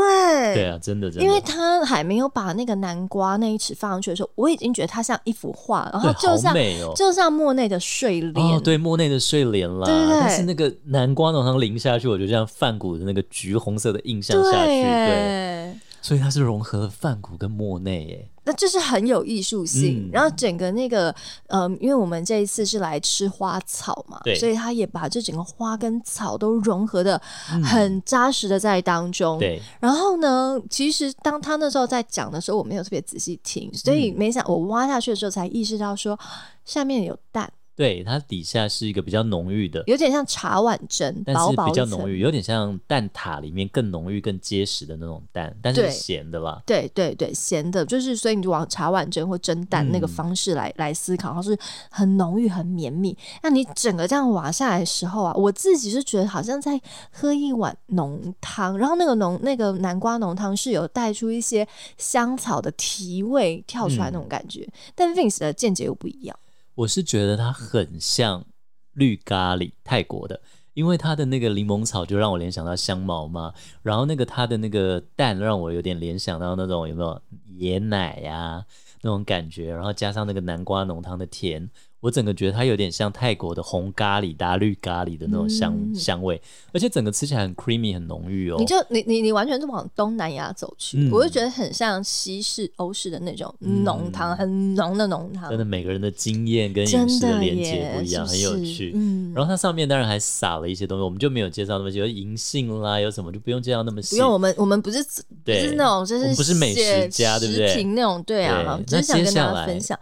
[SPEAKER 1] 对啊，真的真的，
[SPEAKER 2] 因为他还没有把那个南瓜那一尺放上去的时候，我已经觉得它像一幅画，然后
[SPEAKER 1] 对
[SPEAKER 2] 就
[SPEAKER 1] 好
[SPEAKER 2] 像、
[SPEAKER 1] 美哦。
[SPEAKER 2] 就像莫内的睡莲、
[SPEAKER 1] 哦，对，莫内的睡莲啦，
[SPEAKER 2] 对对对
[SPEAKER 1] 但是那个南瓜浓汤淋下去，我就像梵谷的那个橘红色的印象下去，对，
[SPEAKER 2] 耶
[SPEAKER 1] 所以它是融合了梵谷跟莫内耶，
[SPEAKER 2] 那就是很有艺术性。
[SPEAKER 1] 嗯
[SPEAKER 2] 然后整个那个，嗯，因为我们这一次是来吃花草嘛
[SPEAKER 1] 对，
[SPEAKER 2] 所以他也把这整个花跟草都融合的很扎实的在当中。
[SPEAKER 1] 嗯对，
[SPEAKER 2] 然后呢，其实当他那时候在讲的时候，我没有特别仔细听，所以
[SPEAKER 1] 嗯
[SPEAKER 2] 没想我挖下去的时候才意识到说下面有蛋，
[SPEAKER 1] 对，它底下是一个比较浓郁的，
[SPEAKER 2] 有点像茶碗蒸，
[SPEAKER 1] 但
[SPEAKER 2] 薄
[SPEAKER 1] 是
[SPEAKER 2] 薄
[SPEAKER 1] 比较
[SPEAKER 2] 一
[SPEAKER 1] 浓
[SPEAKER 2] 层。
[SPEAKER 1] 郁，有点像蛋挞里面更浓郁、更结实的那种蛋，但是
[SPEAKER 2] 对
[SPEAKER 1] 是咸的啦。
[SPEAKER 2] 对对对，咸的，就是所以你就往茶碗蒸或蒸蛋那个
[SPEAKER 1] 嗯
[SPEAKER 2] 方式来、来思考，它是很浓郁、很绵密。那你整个这样挖下来的时候啊，我自己是觉得好像在喝一碗浓汤，然后那个浓那个南瓜浓汤是有带出一些香草的提味跳出来
[SPEAKER 1] 嗯
[SPEAKER 2] 那种感觉，但 Vince 的见解又不一样。
[SPEAKER 1] 我是觉得它很像绿咖喱，泰国的，因为它的那个柠檬草就让我联想到香茅嘛，然后那个它的那个蛋让我有点联想到那种有没有椰奶呀、那种感觉，然后加上那个南瓜浓汤的甜，我整个觉得它有点像泰国的红咖喱搭绿咖喱的那种香、
[SPEAKER 2] 嗯
[SPEAKER 1] 香味，而且整个吃起来很 creamy 很浓郁哦。
[SPEAKER 2] 你就你你你完全是往东南亚走去，
[SPEAKER 1] 嗯
[SPEAKER 2] 我就觉得很像西式、欧式的那种浓汤，
[SPEAKER 1] 嗯
[SPEAKER 2] 很浓的浓汤
[SPEAKER 1] 真，的每个人的经验跟
[SPEAKER 2] 真
[SPEAKER 1] 饮食
[SPEAKER 2] 的
[SPEAKER 1] 连接
[SPEAKER 2] 耶，
[SPEAKER 1] 不一样，
[SPEAKER 2] 是
[SPEAKER 1] 很有
[SPEAKER 2] 是
[SPEAKER 1] 趣。
[SPEAKER 2] 嗯，
[SPEAKER 1] 然后它上面当然还撒了一些东西，我们就没有介绍那么细，有银杏啦，有什么就不用介绍那么
[SPEAKER 2] 不
[SPEAKER 1] 细。
[SPEAKER 2] 用，我们我们不是不
[SPEAKER 1] 对
[SPEAKER 2] 是那种就
[SPEAKER 1] 我
[SPEAKER 2] 是
[SPEAKER 1] 们不是美
[SPEAKER 2] 写
[SPEAKER 1] 食家对不对
[SPEAKER 2] 食评那种对啊
[SPEAKER 1] 对，
[SPEAKER 2] 只是
[SPEAKER 1] 那
[SPEAKER 2] 想
[SPEAKER 1] 接
[SPEAKER 2] 跟
[SPEAKER 1] 下
[SPEAKER 2] 大家
[SPEAKER 1] 来
[SPEAKER 2] 分享，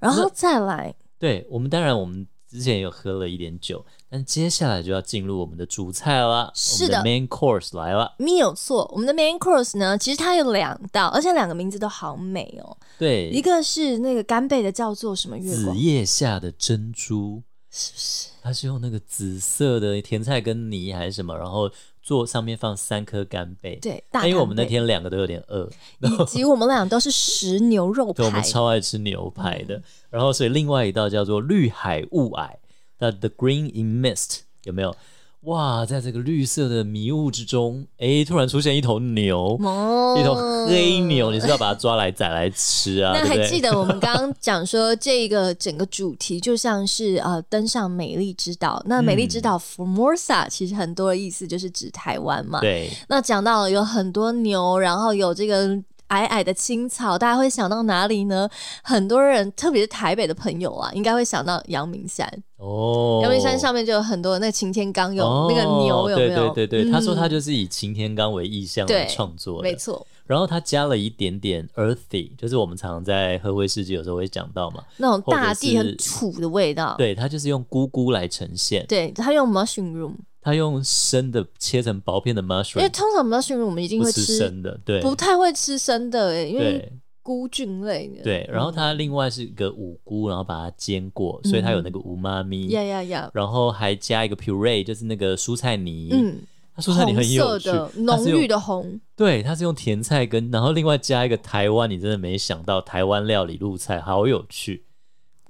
[SPEAKER 2] 然后再来
[SPEAKER 1] 对我们当然我们之前有喝了一点酒，但接下来就要进入我们的主菜啦，
[SPEAKER 2] 是
[SPEAKER 1] 我们的 main course 来了。
[SPEAKER 2] 没有错，我们的 main course 呢，其实它有两道，而且两个名字都好美哦，
[SPEAKER 1] 对，
[SPEAKER 2] 一个是那个干贝的叫做什么月
[SPEAKER 1] 紫
[SPEAKER 2] 光，
[SPEAKER 1] 叶下的珍珠，
[SPEAKER 2] 是不是？
[SPEAKER 1] 它是用那个紫色的甜菜根泥还是什么，然后做上面放三颗干贝。，
[SPEAKER 2] 对，大
[SPEAKER 1] 哎但因为我
[SPEAKER 2] 干
[SPEAKER 1] 们那
[SPEAKER 2] 贝
[SPEAKER 1] 天两个都有点饿，
[SPEAKER 2] 以及我们俩都是食牛肉
[SPEAKER 1] 对，我们
[SPEAKER 2] 排，
[SPEAKER 1] 超爱吃牛排的。然后，所以另外一道叫做绿海雾霭，那 The Green in Mist 有没有？哇，在这个绿色的迷雾之中，诶，突然出现一头牛，
[SPEAKER 2] 哦
[SPEAKER 1] 一头黑牛，你是不是要把它抓来宰来吃啊？
[SPEAKER 2] 那
[SPEAKER 1] 对不
[SPEAKER 2] 还
[SPEAKER 1] 对？
[SPEAKER 2] 记得我们刚刚讲说，这个整个主题就像是呃登上美丽之岛。那
[SPEAKER 1] 嗯
[SPEAKER 2] 美丽之岛 Formosa 其实很多的意思就是指台湾嘛。
[SPEAKER 1] 对，
[SPEAKER 2] 那讲到了有很多牛，然后有这个。矮矮的青草，大家会想到哪里呢？很多人，特别是台北的朋友啊，应该会想到阳明山。
[SPEAKER 1] 哦，
[SPEAKER 2] 阳明山上面就有很多那个擎天岗有、
[SPEAKER 1] 哦
[SPEAKER 2] 那个牛，有没有？
[SPEAKER 1] 对对对对，他说他
[SPEAKER 2] 嗯
[SPEAKER 1] 就是以擎天岗为意象
[SPEAKER 2] 对
[SPEAKER 1] 来创作的，
[SPEAKER 2] 没错，
[SPEAKER 1] 然后他加了一点点 earthy，就是我们常在喝威士忌有时候会讲到嘛，
[SPEAKER 2] 那种
[SPEAKER 1] 或者
[SPEAKER 2] 大地
[SPEAKER 1] 是
[SPEAKER 2] 很土的味道。
[SPEAKER 1] 对，他就是用菇菇来呈现。
[SPEAKER 2] 对，他用 mushroom room，
[SPEAKER 1] 他用生的切成薄片的
[SPEAKER 2] 因为
[SPEAKER 1] mushroom，
[SPEAKER 2] 通常 mushroom 我们一定
[SPEAKER 1] 不
[SPEAKER 2] 会
[SPEAKER 1] 吃生的，对，
[SPEAKER 2] 不太会吃生的诶，因为嗯
[SPEAKER 1] 对
[SPEAKER 2] 菇菌类的。
[SPEAKER 1] 对。然后它另外是一个五菇，然后把它煎过，
[SPEAKER 2] 嗯
[SPEAKER 1] 所以它有那个五妈咪。
[SPEAKER 2] 呀呀呀，
[SPEAKER 1] 然后还加一个 puree，就是那个蔬菜泥。，
[SPEAKER 2] 嗯，
[SPEAKER 1] 它蔬菜泥
[SPEAKER 2] 红
[SPEAKER 1] 很有
[SPEAKER 2] 色
[SPEAKER 1] 趣
[SPEAKER 2] 的，，
[SPEAKER 1] 它
[SPEAKER 2] 浓
[SPEAKER 1] 是用
[SPEAKER 2] 郁。的红，
[SPEAKER 1] 对，它是用甜菜根，然后另外加一个台湾，你真的没想到台湾料理入菜，好有趣。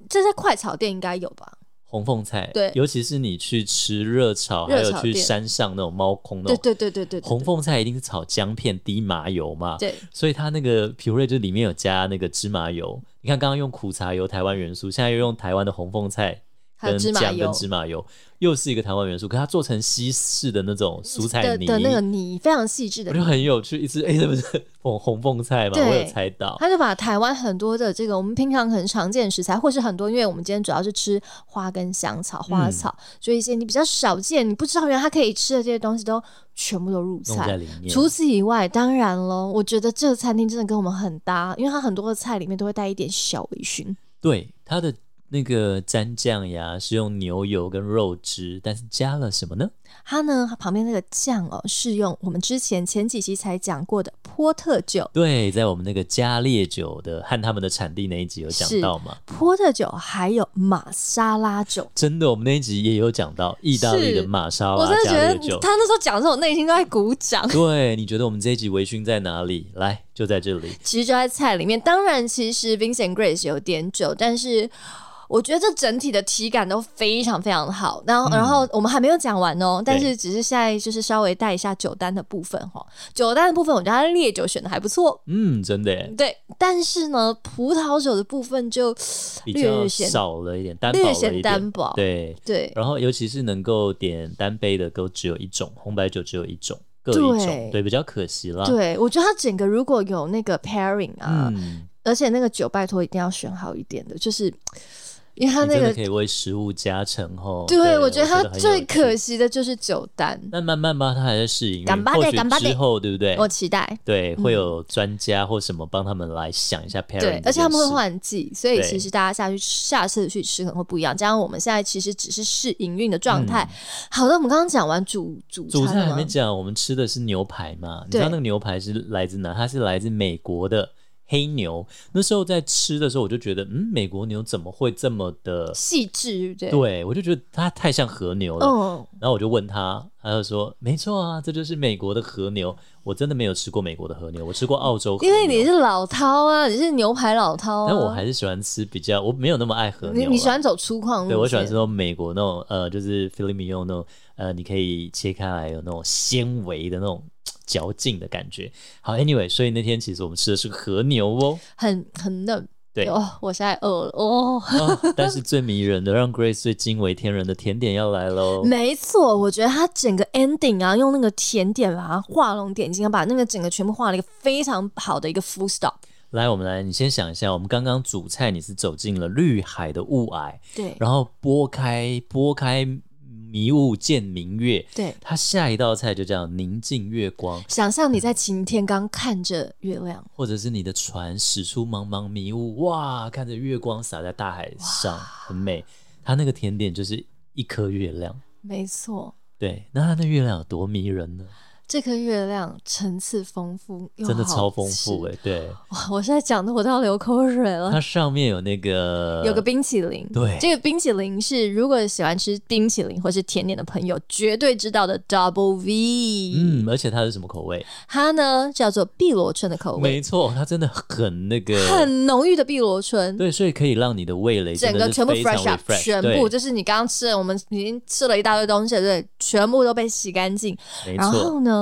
[SPEAKER 2] 这在快炒店应该有吧？
[SPEAKER 1] 红凤菜，
[SPEAKER 2] 对
[SPEAKER 1] 尤其是你去吃热炒，还
[SPEAKER 2] 热
[SPEAKER 1] 有
[SPEAKER 2] 炒
[SPEAKER 1] 去
[SPEAKER 2] 店
[SPEAKER 1] 山上那种猫空那
[SPEAKER 2] 对
[SPEAKER 1] 种
[SPEAKER 2] 对对对对，对
[SPEAKER 1] 红凤菜，一定是炒姜片滴麻油嘛。
[SPEAKER 2] 对
[SPEAKER 1] 所以它那个 puree 就里面有加那个芝麻油。你看，刚刚用苦茶油台湾元素，现在又用台湾的红凤菜
[SPEAKER 2] 还有
[SPEAKER 1] 跟
[SPEAKER 2] 芝麻
[SPEAKER 1] 酱
[SPEAKER 2] 油
[SPEAKER 1] 跟芝麻油，又是一个台湾元素。可它做成西式的那种蔬菜
[SPEAKER 2] 的
[SPEAKER 1] 泥，
[SPEAKER 2] 的那个泥，非常细致的
[SPEAKER 1] 我就
[SPEAKER 2] 泥。
[SPEAKER 1] 很有趣。一直哎，这不是红红凤菜嘛，
[SPEAKER 2] 对
[SPEAKER 1] 我有猜到。
[SPEAKER 2] 他就把台湾很多的这个我们平常很常见的食材，或是很多，因为我们今天主要是吃花跟香草、花
[SPEAKER 1] 嗯
[SPEAKER 2] 草，所以一些你比较少见、你不知道原来它可以吃的这些东西，都全部都入
[SPEAKER 1] 弄
[SPEAKER 2] 菜
[SPEAKER 1] 在。里面，
[SPEAKER 2] 除此以外，当然喽，我觉得这个餐厅真的跟我们很搭，因为它很多的菜里面都会带一点小微醺。
[SPEAKER 1] 对它的那个蘸酱呀是用牛油跟肉汁，但是加了什么呢？
[SPEAKER 2] 它呢，它旁边那个酱哦，是用我们之前前几期才讲过的波特酒。
[SPEAKER 1] 对，在我们那个加烈酒的和他们的产地那一集有讲
[SPEAKER 2] 是
[SPEAKER 1] 到嘛？
[SPEAKER 2] 波特酒还有玛莎拉酒，
[SPEAKER 1] 真的，我们那一集也有讲到意大利的玛莎
[SPEAKER 2] 我真
[SPEAKER 1] 拉
[SPEAKER 2] 的
[SPEAKER 1] 加
[SPEAKER 2] 觉
[SPEAKER 1] 烈
[SPEAKER 2] 得
[SPEAKER 1] 酒。
[SPEAKER 2] 他那时候讲的时候，我内心都在鼓掌。
[SPEAKER 1] *laughs* 对，你觉得我们这一集微醺在哪里？来，就在这
[SPEAKER 2] *laughs*
[SPEAKER 1] 里。
[SPEAKER 2] 其实就在菜里面，当然其实 Vincent Grace 有点酒，但是。我觉得这整体的体感都非常非常好，然
[SPEAKER 1] 嗯
[SPEAKER 2] 后、然后我们还没有讲完哦，但是只是现在就是稍微带一下酒单的部分哈、哦，酒单的部分我觉得它烈酒选的还不错，
[SPEAKER 1] 嗯，真的耶，
[SPEAKER 2] 对，但是呢葡萄酒的部分就
[SPEAKER 1] 比
[SPEAKER 2] 略
[SPEAKER 1] 较
[SPEAKER 2] 显
[SPEAKER 1] 少了一点，单薄
[SPEAKER 2] 略
[SPEAKER 1] 了
[SPEAKER 2] 显
[SPEAKER 1] 一
[SPEAKER 2] 单
[SPEAKER 1] 点。
[SPEAKER 2] 薄，
[SPEAKER 1] 对，
[SPEAKER 2] 对
[SPEAKER 1] 然后尤其是能够点单杯的都只有一种，红白酒只有一种，各一
[SPEAKER 2] 对
[SPEAKER 1] 种，对，比较可惜啦。
[SPEAKER 2] 对，我觉得它整个如果有那个 pairing 啊，
[SPEAKER 1] 啊嗯，
[SPEAKER 2] 而且那个酒拜托一定要选好一点的，就是因为它
[SPEAKER 1] 你
[SPEAKER 2] 那
[SPEAKER 1] 真
[SPEAKER 2] 个
[SPEAKER 1] 的可以为食物加成哦。
[SPEAKER 2] 对，我觉得它
[SPEAKER 1] 很有
[SPEAKER 2] 最
[SPEAKER 1] 趣
[SPEAKER 2] 可惜的就是酒单，
[SPEAKER 1] 但慢慢吧，他还在试营
[SPEAKER 2] 干
[SPEAKER 1] 运，
[SPEAKER 2] 巴
[SPEAKER 1] 或
[SPEAKER 2] 得
[SPEAKER 1] 许
[SPEAKER 2] 干巴得
[SPEAKER 1] 之后对不对？
[SPEAKER 2] 我期待。
[SPEAKER 1] 对，会有专家或什么帮他们来想一下 pairing
[SPEAKER 2] 对，
[SPEAKER 1] 这
[SPEAKER 2] 而且他们会
[SPEAKER 1] 件事，
[SPEAKER 2] 换季，所以
[SPEAKER 1] 对
[SPEAKER 2] 其实大家下去下次去吃可能会不一样。加上我们现在其实只是试营运的状态。好的，我们刚刚讲完主主
[SPEAKER 1] 嗯主
[SPEAKER 2] 餐
[SPEAKER 1] 菜
[SPEAKER 2] 了
[SPEAKER 1] 还
[SPEAKER 2] 吗
[SPEAKER 1] 没讲，我们吃的是牛排嘛？你知
[SPEAKER 2] 对
[SPEAKER 1] 道那个牛排是来自哪？它是来自美国的黑牛。那时候在吃的时候，我就觉得，嗯，美国牛怎么会这么的？
[SPEAKER 2] 细致，对不对？
[SPEAKER 1] 对，我就觉得它太像和牛了。
[SPEAKER 2] 嗯，
[SPEAKER 1] 然后我就问他，他就说：“没错啊，这就是美国的和牛。我真的没有吃过美国的和牛，我吃过澳洲和
[SPEAKER 2] 因
[SPEAKER 1] 牛。
[SPEAKER 2] 为你是老饕啊，你是牛排老饕、啊，
[SPEAKER 1] 但我还是喜欢吃比较，我没有那么爱和牛
[SPEAKER 2] 你
[SPEAKER 1] 啦。
[SPEAKER 2] 你喜欢走粗犷路线，
[SPEAKER 1] 对我喜欢吃那种美国那种呃，就是 f i l i m i o 那种呃，你可以切开来有那种纤维的那种嚼劲的感觉。好，anyway，所以那天其实我们吃的是和牛哦，
[SPEAKER 2] 很很嫩。
[SPEAKER 1] 对
[SPEAKER 2] 哦，我现在饿了哦。
[SPEAKER 1] 啊但是最迷人的，让 Grace 最惊为天人的甜点要来喽。
[SPEAKER 2] 没错，我觉得它整个 ending 啊，用那个甜点把它画龙点睛，把那个整个全部画了一个非常好的一个 full stop。
[SPEAKER 1] 来，我们来，你先想一下，我们刚刚主菜你是走进了绿海的雾霭，
[SPEAKER 2] 对
[SPEAKER 1] 然后拨开拨开迷雾见明月，
[SPEAKER 2] 对，
[SPEAKER 1] 它下一道菜就叫宁静月光，
[SPEAKER 2] 想象你在晴天刚看着月亮，
[SPEAKER 1] 或者是你的船驶出茫茫迷雾，哇，看着月光洒在大海上，很美。它那个甜点就是一颗月亮，
[SPEAKER 2] 没错，
[SPEAKER 1] 对，那它那月亮有多迷人呢？
[SPEAKER 2] 这颗月亮层次丰富，又
[SPEAKER 1] 真的
[SPEAKER 2] 好
[SPEAKER 1] 超丰富
[SPEAKER 2] 吃
[SPEAKER 1] 哎、对，
[SPEAKER 2] 哇，我现在讲的我都要流口
[SPEAKER 1] *laughs*
[SPEAKER 2] 水了。
[SPEAKER 1] 它上面有那个
[SPEAKER 2] 有个冰淇淋，
[SPEAKER 1] 对
[SPEAKER 2] 这个冰淇淋是如果喜欢吃冰淇淋或是甜点的朋友绝对知道的 Double V，、
[SPEAKER 1] 嗯，而且它是什么口味？
[SPEAKER 2] 它呢叫做碧螺春的口味，
[SPEAKER 1] 没错，它真的很那个，
[SPEAKER 2] 很浓郁的碧螺春，
[SPEAKER 1] 对，所以可以让你的味蕾
[SPEAKER 2] 整
[SPEAKER 1] 真的
[SPEAKER 2] 个
[SPEAKER 1] 是
[SPEAKER 2] 全部
[SPEAKER 1] 非常
[SPEAKER 2] fresh up，
[SPEAKER 1] refresh，
[SPEAKER 2] 全部
[SPEAKER 1] 对
[SPEAKER 2] 就是你刚刚吃的，我们已经吃了一大堆东西了，对，全部都被洗干净。
[SPEAKER 1] 没
[SPEAKER 2] 然
[SPEAKER 1] 错，
[SPEAKER 2] 后呢，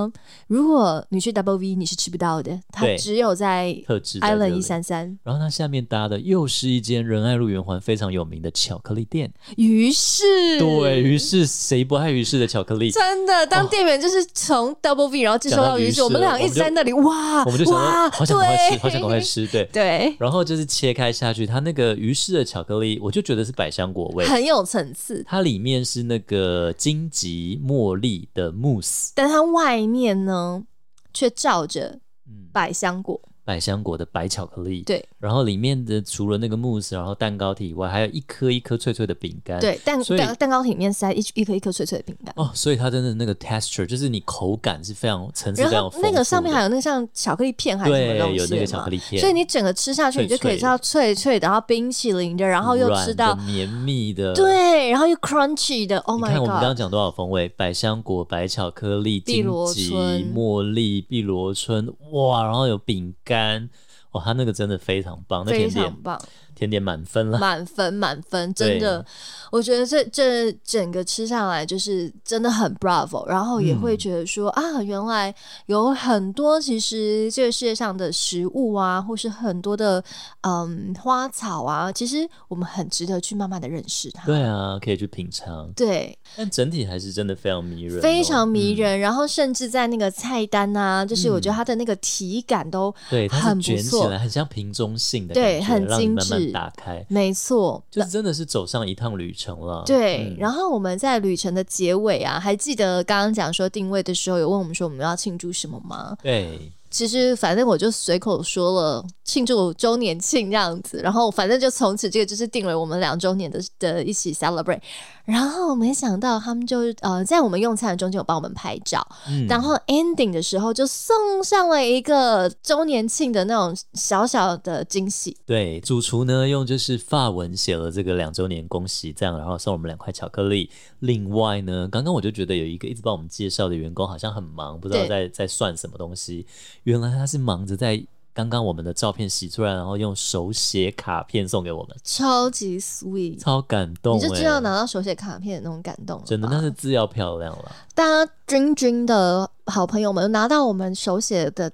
[SPEAKER 2] 如果你去 Double V，你是吃不到的，它
[SPEAKER 1] 对
[SPEAKER 2] 只有在
[SPEAKER 1] 特制在这
[SPEAKER 2] Island
[SPEAKER 1] 里
[SPEAKER 2] 一三三。
[SPEAKER 1] 然后它下面搭的又是一间仁爱路圆环非常有名的巧克力店，
[SPEAKER 2] 于是，
[SPEAKER 1] 对，于是谁不爱于是的巧克力？
[SPEAKER 2] 真的，当店员就是从 Double V，然后介绍
[SPEAKER 1] 讲到
[SPEAKER 2] 到于
[SPEAKER 1] 于
[SPEAKER 2] 是，
[SPEAKER 1] 是
[SPEAKER 2] 我们俩
[SPEAKER 1] 我
[SPEAKER 2] 一
[SPEAKER 1] 们
[SPEAKER 2] 直
[SPEAKER 1] 就
[SPEAKER 2] 在那里，哇，
[SPEAKER 1] 我们就想
[SPEAKER 2] 哇，
[SPEAKER 1] 到好想赶快吃，
[SPEAKER 2] 对
[SPEAKER 1] 好想赶快吃，对。
[SPEAKER 2] 对，
[SPEAKER 1] 然后就是切开下去，它那个于是的巧克力，我就觉得是百香果味，
[SPEAKER 2] 很有层次。
[SPEAKER 1] 它里面是那个荆棘茉莉的慕斯，
[SPEAKER 2] 但它外面呢，却罩着
[SPEAKER 1] 嗯，
[SPEAKER 2] 百香果，
[SPEAKER 1] 百香果的白巧克力，
[SPEAKER 2] 对。
[SPEAKER 1] 然后里面的除了那个慕斯，然后蛋糕体以外，还有一颗一颗脆脆的饼干，。
[SPEAKER 2] 对，蛋
[SPEAKER 1] 所以
[SPEAKER 2] 蛋蛋糕体里面塞一一颗一颗脆脆的饼干。
[SPEAKER 1] 哦，所以它真的那个 texture 就是你口感是非常层次非
[SPEAKER 2] 然
[SPEAKER 1] 常
[SPEAKER 2] 后
[SPEAKER 1] 丰富的，
[SPEAKER 2] 那个上面还有那个像巧克力片还是什么
[SPEAKER 1] 对
[SPEAKER 2] 东西
[SPEAKER 1] 有那
[SPEAKER 2] 的
[SPEAKER 1] 个巧
[SPEAKER 2] 嘛
[SPEAKER 1] 克力片，
[SPEAKER 2] 所以你整个吃下去，你就可
[SPEAKER 1] 脆脆的
[SPEAKER 2] 以吃到脆脆的，然后冰淇淋的，然后又
[SPEAKER 1] 软
[SPEAKER 2] 吃
[SPEAKER 1] 的
[SPEAKER 2] 到
[SPEAKER 1] 绵密的，
[SPEAKER 2] 对，然后又 crunchy 的，Oh
[SPEAKER 1] 你
[SPEAKER 2] my
[SPEAKER 1] 看我们刚
[SPEAKER 2] god！
[SPEAKER 1] 刚讲多少风味，百香果、白巧克力、
[SPEAKER 2] 碧
[SPEAKER 1] 荆
[SPEAKER 2] 螺
[SPEAKER 1] 棘、
[SPEAKER 2] 春
[SPEAKER 1] 茉莉、碧螺春，哇，然后有饼干，哇，它那个真的非常棒，那
[SPEAKER 2] 非
[SPEAKER 1] 甜
[SPEAKER 2] 常
[SPEAKER 1] 点
[SPEAKER 2] 棒，
[SPEAKER 1] 甜点满分啦。
[SPEAKER 2] 满分满分，真的，我觉得这这整个吃上来就是真的很 bravo，然后也会
[SPEAKER 1] 嗯
[SPEAKER 2] 觉得说、啊，原来有很多其实这个世界上的食物啊，或是很多的嗯花草啊，其实我们很值得去慢慢的认识它。
[SPEAKER 1] 对啊，可以去品尝，
[SPEAKER 2] 对，
[SPEAKER 1] 但整体还是真的非常迷人哦、
[SPEAKER 2] 非常迷
[SPEAKER 1] 嗯。
[SPEAKER 2] 人。然后甚至在那个菜单啊，就是我觉得它的那个体感都
[SPEAKER 1] 嗯对，它
[SPEAKER 2] 很
[SPEAKER 1] 是
[SPEAKER 2] 不
[SPEAKER 1] 卷起
[SPEAKER 2] 错
[SPEAKER 1] 来，很像瓶中信的感
[SPEAKER 2] 对
[SPEAKER 1] 觉，
[SPEAKER 2] 很
[SPEAKER 1] 让你
[SPEAKER 2] 精
[SPEAKER 1] 慢慢
[SPEAKER 2] 致
[SPEAKER 1] 打开，
[SPEAKER 2] 没错。
[SPEAKER 1] 就是真的是走上一趟旅程了。
[SPEAKER 2] 对，
[SPEAKER 1] 嗯
[SPEAKER 2] 然后我们在旅程的结尾啊，还记得刚刚讲说定位的时候有问我们说我们要庆祝什么吗？
[SPEAKER 1] 对，
[SPEAKER 2] 其实反正我就随口说了庆祝周年庆这样子，然后反正就从此这个就是定为我们两周年的的一起 celebrate。然后没想到他们就呃在我们用餐的中间有帮我们拍照，
[SPEAKER 1] 嗯
[SPEAKER 2] 然后 ending 的时候就送上了一个周年庆的那种小小的惊喜。
[SPEAKER 1] 对，主厨呢用就是法文写了这个两周年恭喜，这样，然后送我们两块巧克力。另外呢，刚刚我就觉得有一个一直帮我们介绍的员工好像很忙，不知道
[SPEAKER 2] 对
[SPEAKER 1] 在在算什么东西。原来他是忙着在刚刚我们的照片洗出来，然后用手写卡片送给我们，
[SPEAKER 2] 超级 sweet，
[SPEAKER 1] 超感动、
[SPEAKER 2] 你
[SPEAKER 1] 欸，
[SPEAKER 2] 就知道拿到手写卡片的那种感动了
[SPEAKER 1] 真的，
[SPEAKER 2] 吧
[SPEAKER 1] 但是字要漂亮
[SPEAKER 2] *laughs*
[SPEAKER 1] 了。
[SPEAKER 2] 大家君君的好朋友们拿到我们手写的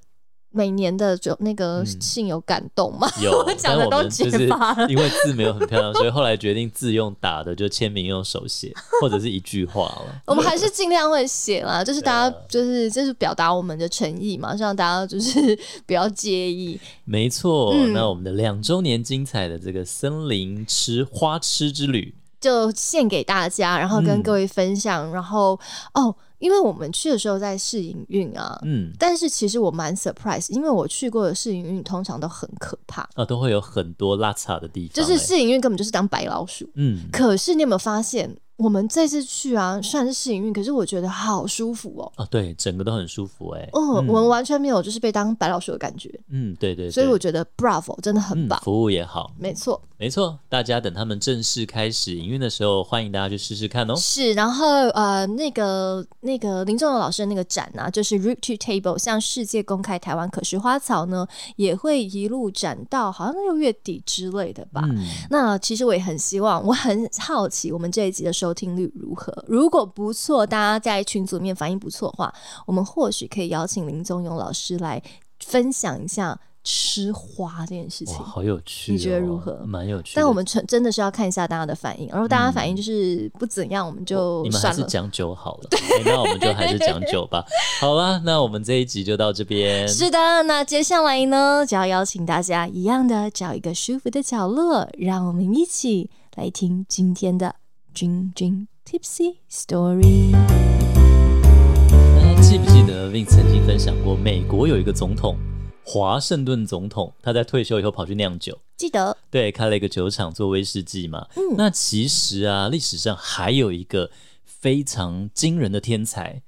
[SPEAKER 2] 每年的就那个
[SPEAKER 1] 嗯
[SPEAKER 2] 信有感动吗？ *laughs*
[SPEAKER 1] 有，
[SPEAKER 2] 我讲
[SPEAKER 1] 但
[SPEAKER 2] 得
[SPEAKER 1] 我
[SPEAKER 2] 都
[SPEAKER 1] 们就是
[SPEAKER 2] 结巴了
[SPEAKER 1] 因为字没有很漂亮，所以后来决定字用打的，就签名用手写，或者是一句话了。
[SPEAKER 2] 我们还是尽量会写啦，就是大家
[SPEAKER 1] 对啊
[SPEAKER 2] 就是就是表达我们的诚意嘛，让大家就是 *laughs* 不要介意。
[SPEAKER 1] 没错，
[SPEAKER 2] 嗯
[SPEAKER 1] 那我们的两周年精彩的这个森林吃花痴之旅，
[SPEAKER 2] 就献给大家，然后跟
[SPEAKER 1] 嗯
[SPEAKER 2] 各位分享。然后哦，因为我们去的时候在试营运啊，
[SPEAKER 1] 嗯，
[SPEAKER 2] 但是其实我蛮 surprise，因为我去过的试营运通常都很可怕，
[SPEAKER 1] 啊，都会有很多拉差的地方、
[SPEAKER 2] 就
[SPEAKER 1] 欸
[SPEAKER 2] 是试营运根本就是当白老鼠。
[SPEAKER 1] 嗯，
[SPEAKER 2] 可是你有没有发现，我们这次去啊，虽然是试营运，可是我觉得好舒服哦。
[SPEAKER 1] 啊，对，整个都很舒服、欸，哎，
[SPEAKER 2] 嗯，我们完全没有就是被当白老鼠的感觉，
[SPEAKER 1] 嗯，对对对，
[SPEAKER 2] 所以我觉得 bravo 真的很
[SPEAKER 1] 嗯
[SPEAKER 2] 棒，，
[SPEAKER 1] 服务也好，
[SPEAKER 2] 没错。
[SPEAKER 1] 没错，大家等他们正式开始营运的时候，欢迎大家去试试看哦。
[SPEAKER 2] 是，然后呃，那个那个林仲荣老师的那个展啊，就是 Root to Table，向世界公开台湾可食花草呢，也会一路展到好像六月底之类的吧。
[SPEAKER 1] 嗯，
[SPEAKER 2] 那其实我也很希望，我很好奇我们这一集的收听率如何。如果不错，大家在群组里面反应不错的话，我们或许可以邀请林宗勇老师来分享一下吃花这件事
[SPEAKER 1] 哇，
[SPEAKER 2] 情。
[SPEAKER 1] 好有趣、哦，
[SPEAKER 2] 你觉得如何
[SPEAKER 1] 蛮有趣的。嗯
[SPEAKER 2] 但我们真真的是要看一下大家的反应，然后大家反应就是不怎样，我们就
[SPEAKER 1] 你们还
[SPEAKER 2] 算
[SPEAKER 1] 是
[SPEAKER 2] 了。
[SPEAKER 1] 讲酒好了，哎那我们就还是讲酒
[SPEAKER 2] *laughs*
[SPEAKER 1] 吧。好啦，那我们这一集就到这边。
[SPEAKER 2] 是的，那接下来呢，就要邀请大家一样的找一个舒服的角落，让我们一起来听今天的《君君 Tipsy Story》。
[SPEAKER 1] 大家记不记得 Vin 曾经分享过，美国有一个总统，华盛顿总统，他在退休以后跑去酿酒，
[SPEAKER 2] 记得
[SPEAKER 1] 对，开了一个酒厂做威士忌嘛。
[SPEAKER 2] 嗯
[SPEAKER 1] 那其实啊，历史上还有一个非常惊人的天才，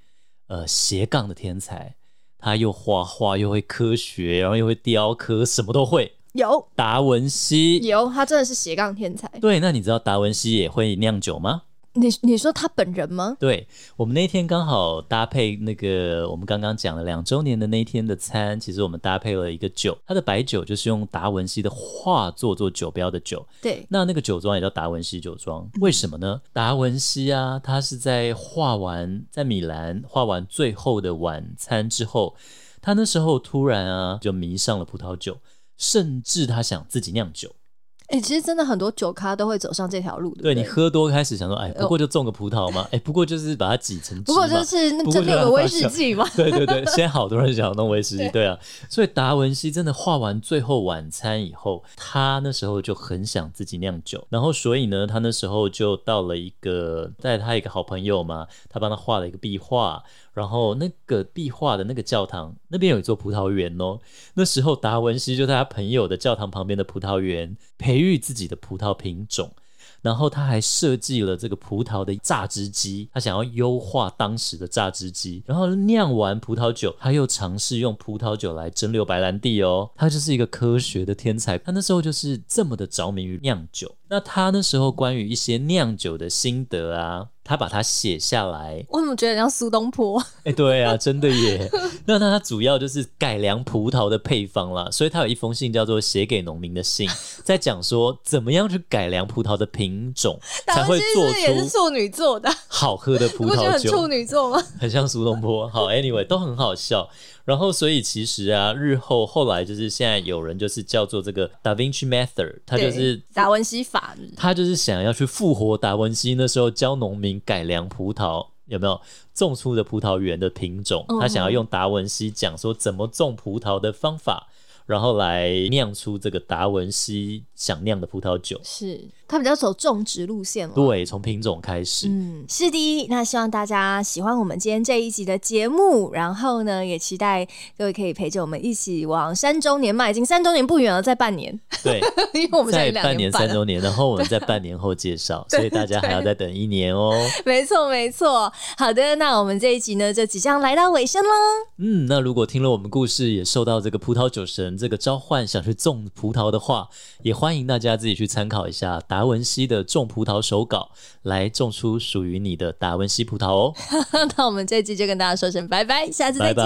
[SPEAKER 1] 呃，斜杠的天才，他又画画，又会科学，然后又会雕刻，什么都会。
[SPEAKER 2] 有
[SPEAKER 1] 达文西，
[SPEAKER 2] 有，他真的是斜杠天才。
[SPEAKER 1] 对，那你知道达文西也会酿酒吗？
[SPEAKER 2] 你你说他本人吗？
[SPEAKER 1] 对我们那天刚好搭配那个我们刚刚讲的两周年的那一天的餐，其实我们搭配了一个酒，它的白酒就是用达文西的画作做酒标的酒，
[SPEAKER 2] 对，
[SPEAKER 1] 那那个酒庄也叫达文西酒
[SPEAKER 2] 嗯
[SPEAKER 1] 庄，为什么呢？达文西啊，他是在画完在米兰画完最后的晚餐之后，他那时候突然啊就迷上了葡萄酒，甚至他想自己酿酒。
[SPEAKER 2] 哎、其实真的很多酒咖都会走上这条路，对
[SPEAKER 1] 对
[SPEAKER 2] 不
[SPEAKER 1] 你
[SPEAKER 2] 对？
[SPEAKER 1] 喝多开始想说，哎，不过就种个葡萄
[SPEAKER 2] *laughs*
[SPEAKER 1] 嘛，哎，不过就是把它挤成汁
[SPEAKER 2] 不过
[SPEAKER 1] 嘛
[SPEAKER 2] 就是那
[SPEAKER 1] 不
[SPEAKER 2] 这
[SPEAKER 1] 过就
[SPEAKER 2] 那个
[SPEAKER 1] 让
[SPEAKER 2] 威
[SPEAKER 1] 他
[SPEAKER 2] 士
[SPEAKER 1] 想
[SPEAKER 2] 忌嘛，
[SPEAKER 1] *laughs* 对对对，现在好多人想要弄威士忌，
[SPEAKER 2] 对
[SPEAKER 1] 对啊，所以达文西真的画完最后晚餐以后，他那时候就很想自己酿酒，然后所以呢，他那时候就到了一个带他一个好朋友嘛，他帮他画了一个壁画，然后那个壁画的那个教堂那边有一座葡萄园哦，那时候达文西就在他朋友的教堂旁边的葡萄园培育自己的葡萄品种。然后他还设计了这个葡萄的榨汁机，他想要优化当时的榨汁机。然后酿完葡萄酒，他又尝试用葡萄酒来蒸馏白兰地哦。他就是一个科学的天才，他那时候就是这么的着迷于酿酒。那他那时候关于一些酿酒的心得啊，他把它写下来。
[SPEAKER 2] *laughs* 我怎么觉得很像苏东 *laughs* 坡？
[SPEAKER 1] *laughs* 哎、对啊，真的耶。 *laughs* 那那他主要就是改良葡萄的配方啦，所以他有一封信叫做《写给农民的信》，在讲说怎么样去改良葡萄的品
[SPEAKER 2] *laughs*
[SPEAKER 1] 种，才
[SPEAKER 2] 达文
[SPEAKER 1] 会
[SPEAKER 2] 西
[SPEAKER 1] 做
[SPEAKER 2] 是也是
[SPEAKER 1] 出
[SPEAKER 2] 处女座的，
[SPEAKER 1] 好喝的葡
[SPEAKER 2] *laughs* 你不觉得
[SPEAKER 1] 萄
[SPEAKER 2] 很
[SPEAKER 1] 酒，
[SPEAKER 2] 处女座吗？
[SPEAKER 1] 很像苏东坡。好，anyway 都很好笑。然后，所以其实啊，日后后来就是现在有人就是叫做这个 Da Vinci Method，他就是
[SPEAKER 2] 对达文西法，
[SPEAKER 1] 他就是想要去复活达文西那时候教农民改良葡萄，有没有？种出的葡萄园的品种，
[SPEAKER 2] 嗯
[SPEAKER 1] 他想要用达文西讲说怎么种葡萄的方法，然后来酿出这个达文西想酿的葡萄酒。
[SPEAKER 2] 是他比较走种植路线了。
[SPEAKER 1] 对，从品种开始。
[SPEAKER 2] 嗯，是的。那希望大家喜欢我们今天这一集的节目，然后呢，也期待各位可以陪着我们一起往三周年迈进。三周年不远了，再半年， *laughs*
[SPEAKER 1] 对，
[SPEAKER 2] 因为我们现在
[SPEAKER 1] 在
[SPEAKER 2] 有两
[SPEAKER 1] 半年、
[SPEAKER 2] 半
[SPEAKER 1] 三
[SPEAKER 2] 了。
[SPEAKER 1] 周年，然后我们在半年后介
[SPEAKER 2] *laughs*
[SPEAKER 1] 绍，所以大家还要再等一年哦。
[SPEAKER 2] 没错，没错。好的，那我们这一集呢，就即将来到尾声喽。
[SPEAKER 1] 嗯，那如果听了我们故事，也受到这个葡萄酒神这个召唤，想去种葡萄的话，也欢迎大家自己去参考一下达文西的种葡萄手稿，来种出属于你的达文西葡萄 *laughs* 哦。
[SPEAKER 2] *laughs* 那我们这一集就跟大家说声拜拜，下次
[SPEAKER 1] 拜
[SPEAKER 2] 再见。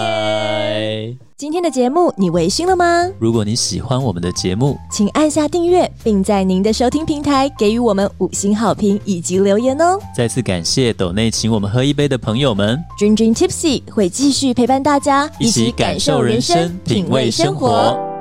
[SPEAKER 1] 拜！
[SPEAKER 2] 今天的节目你微醺了吗？
[SPEAKER 1] 如果你喜欢我们的节目，
[SPEAKER 2] 请按下订阅，并在您的收听平台给予我们五星好评以及留言哦。
[SPEAKER 1] 再次感谢斗内请我们喝一杯的朋友们，
[SPEAKER 2] 君君 Tipsy 会继续陪伴大家，
[SPEAKER 1] 一起感受人生，品味生活。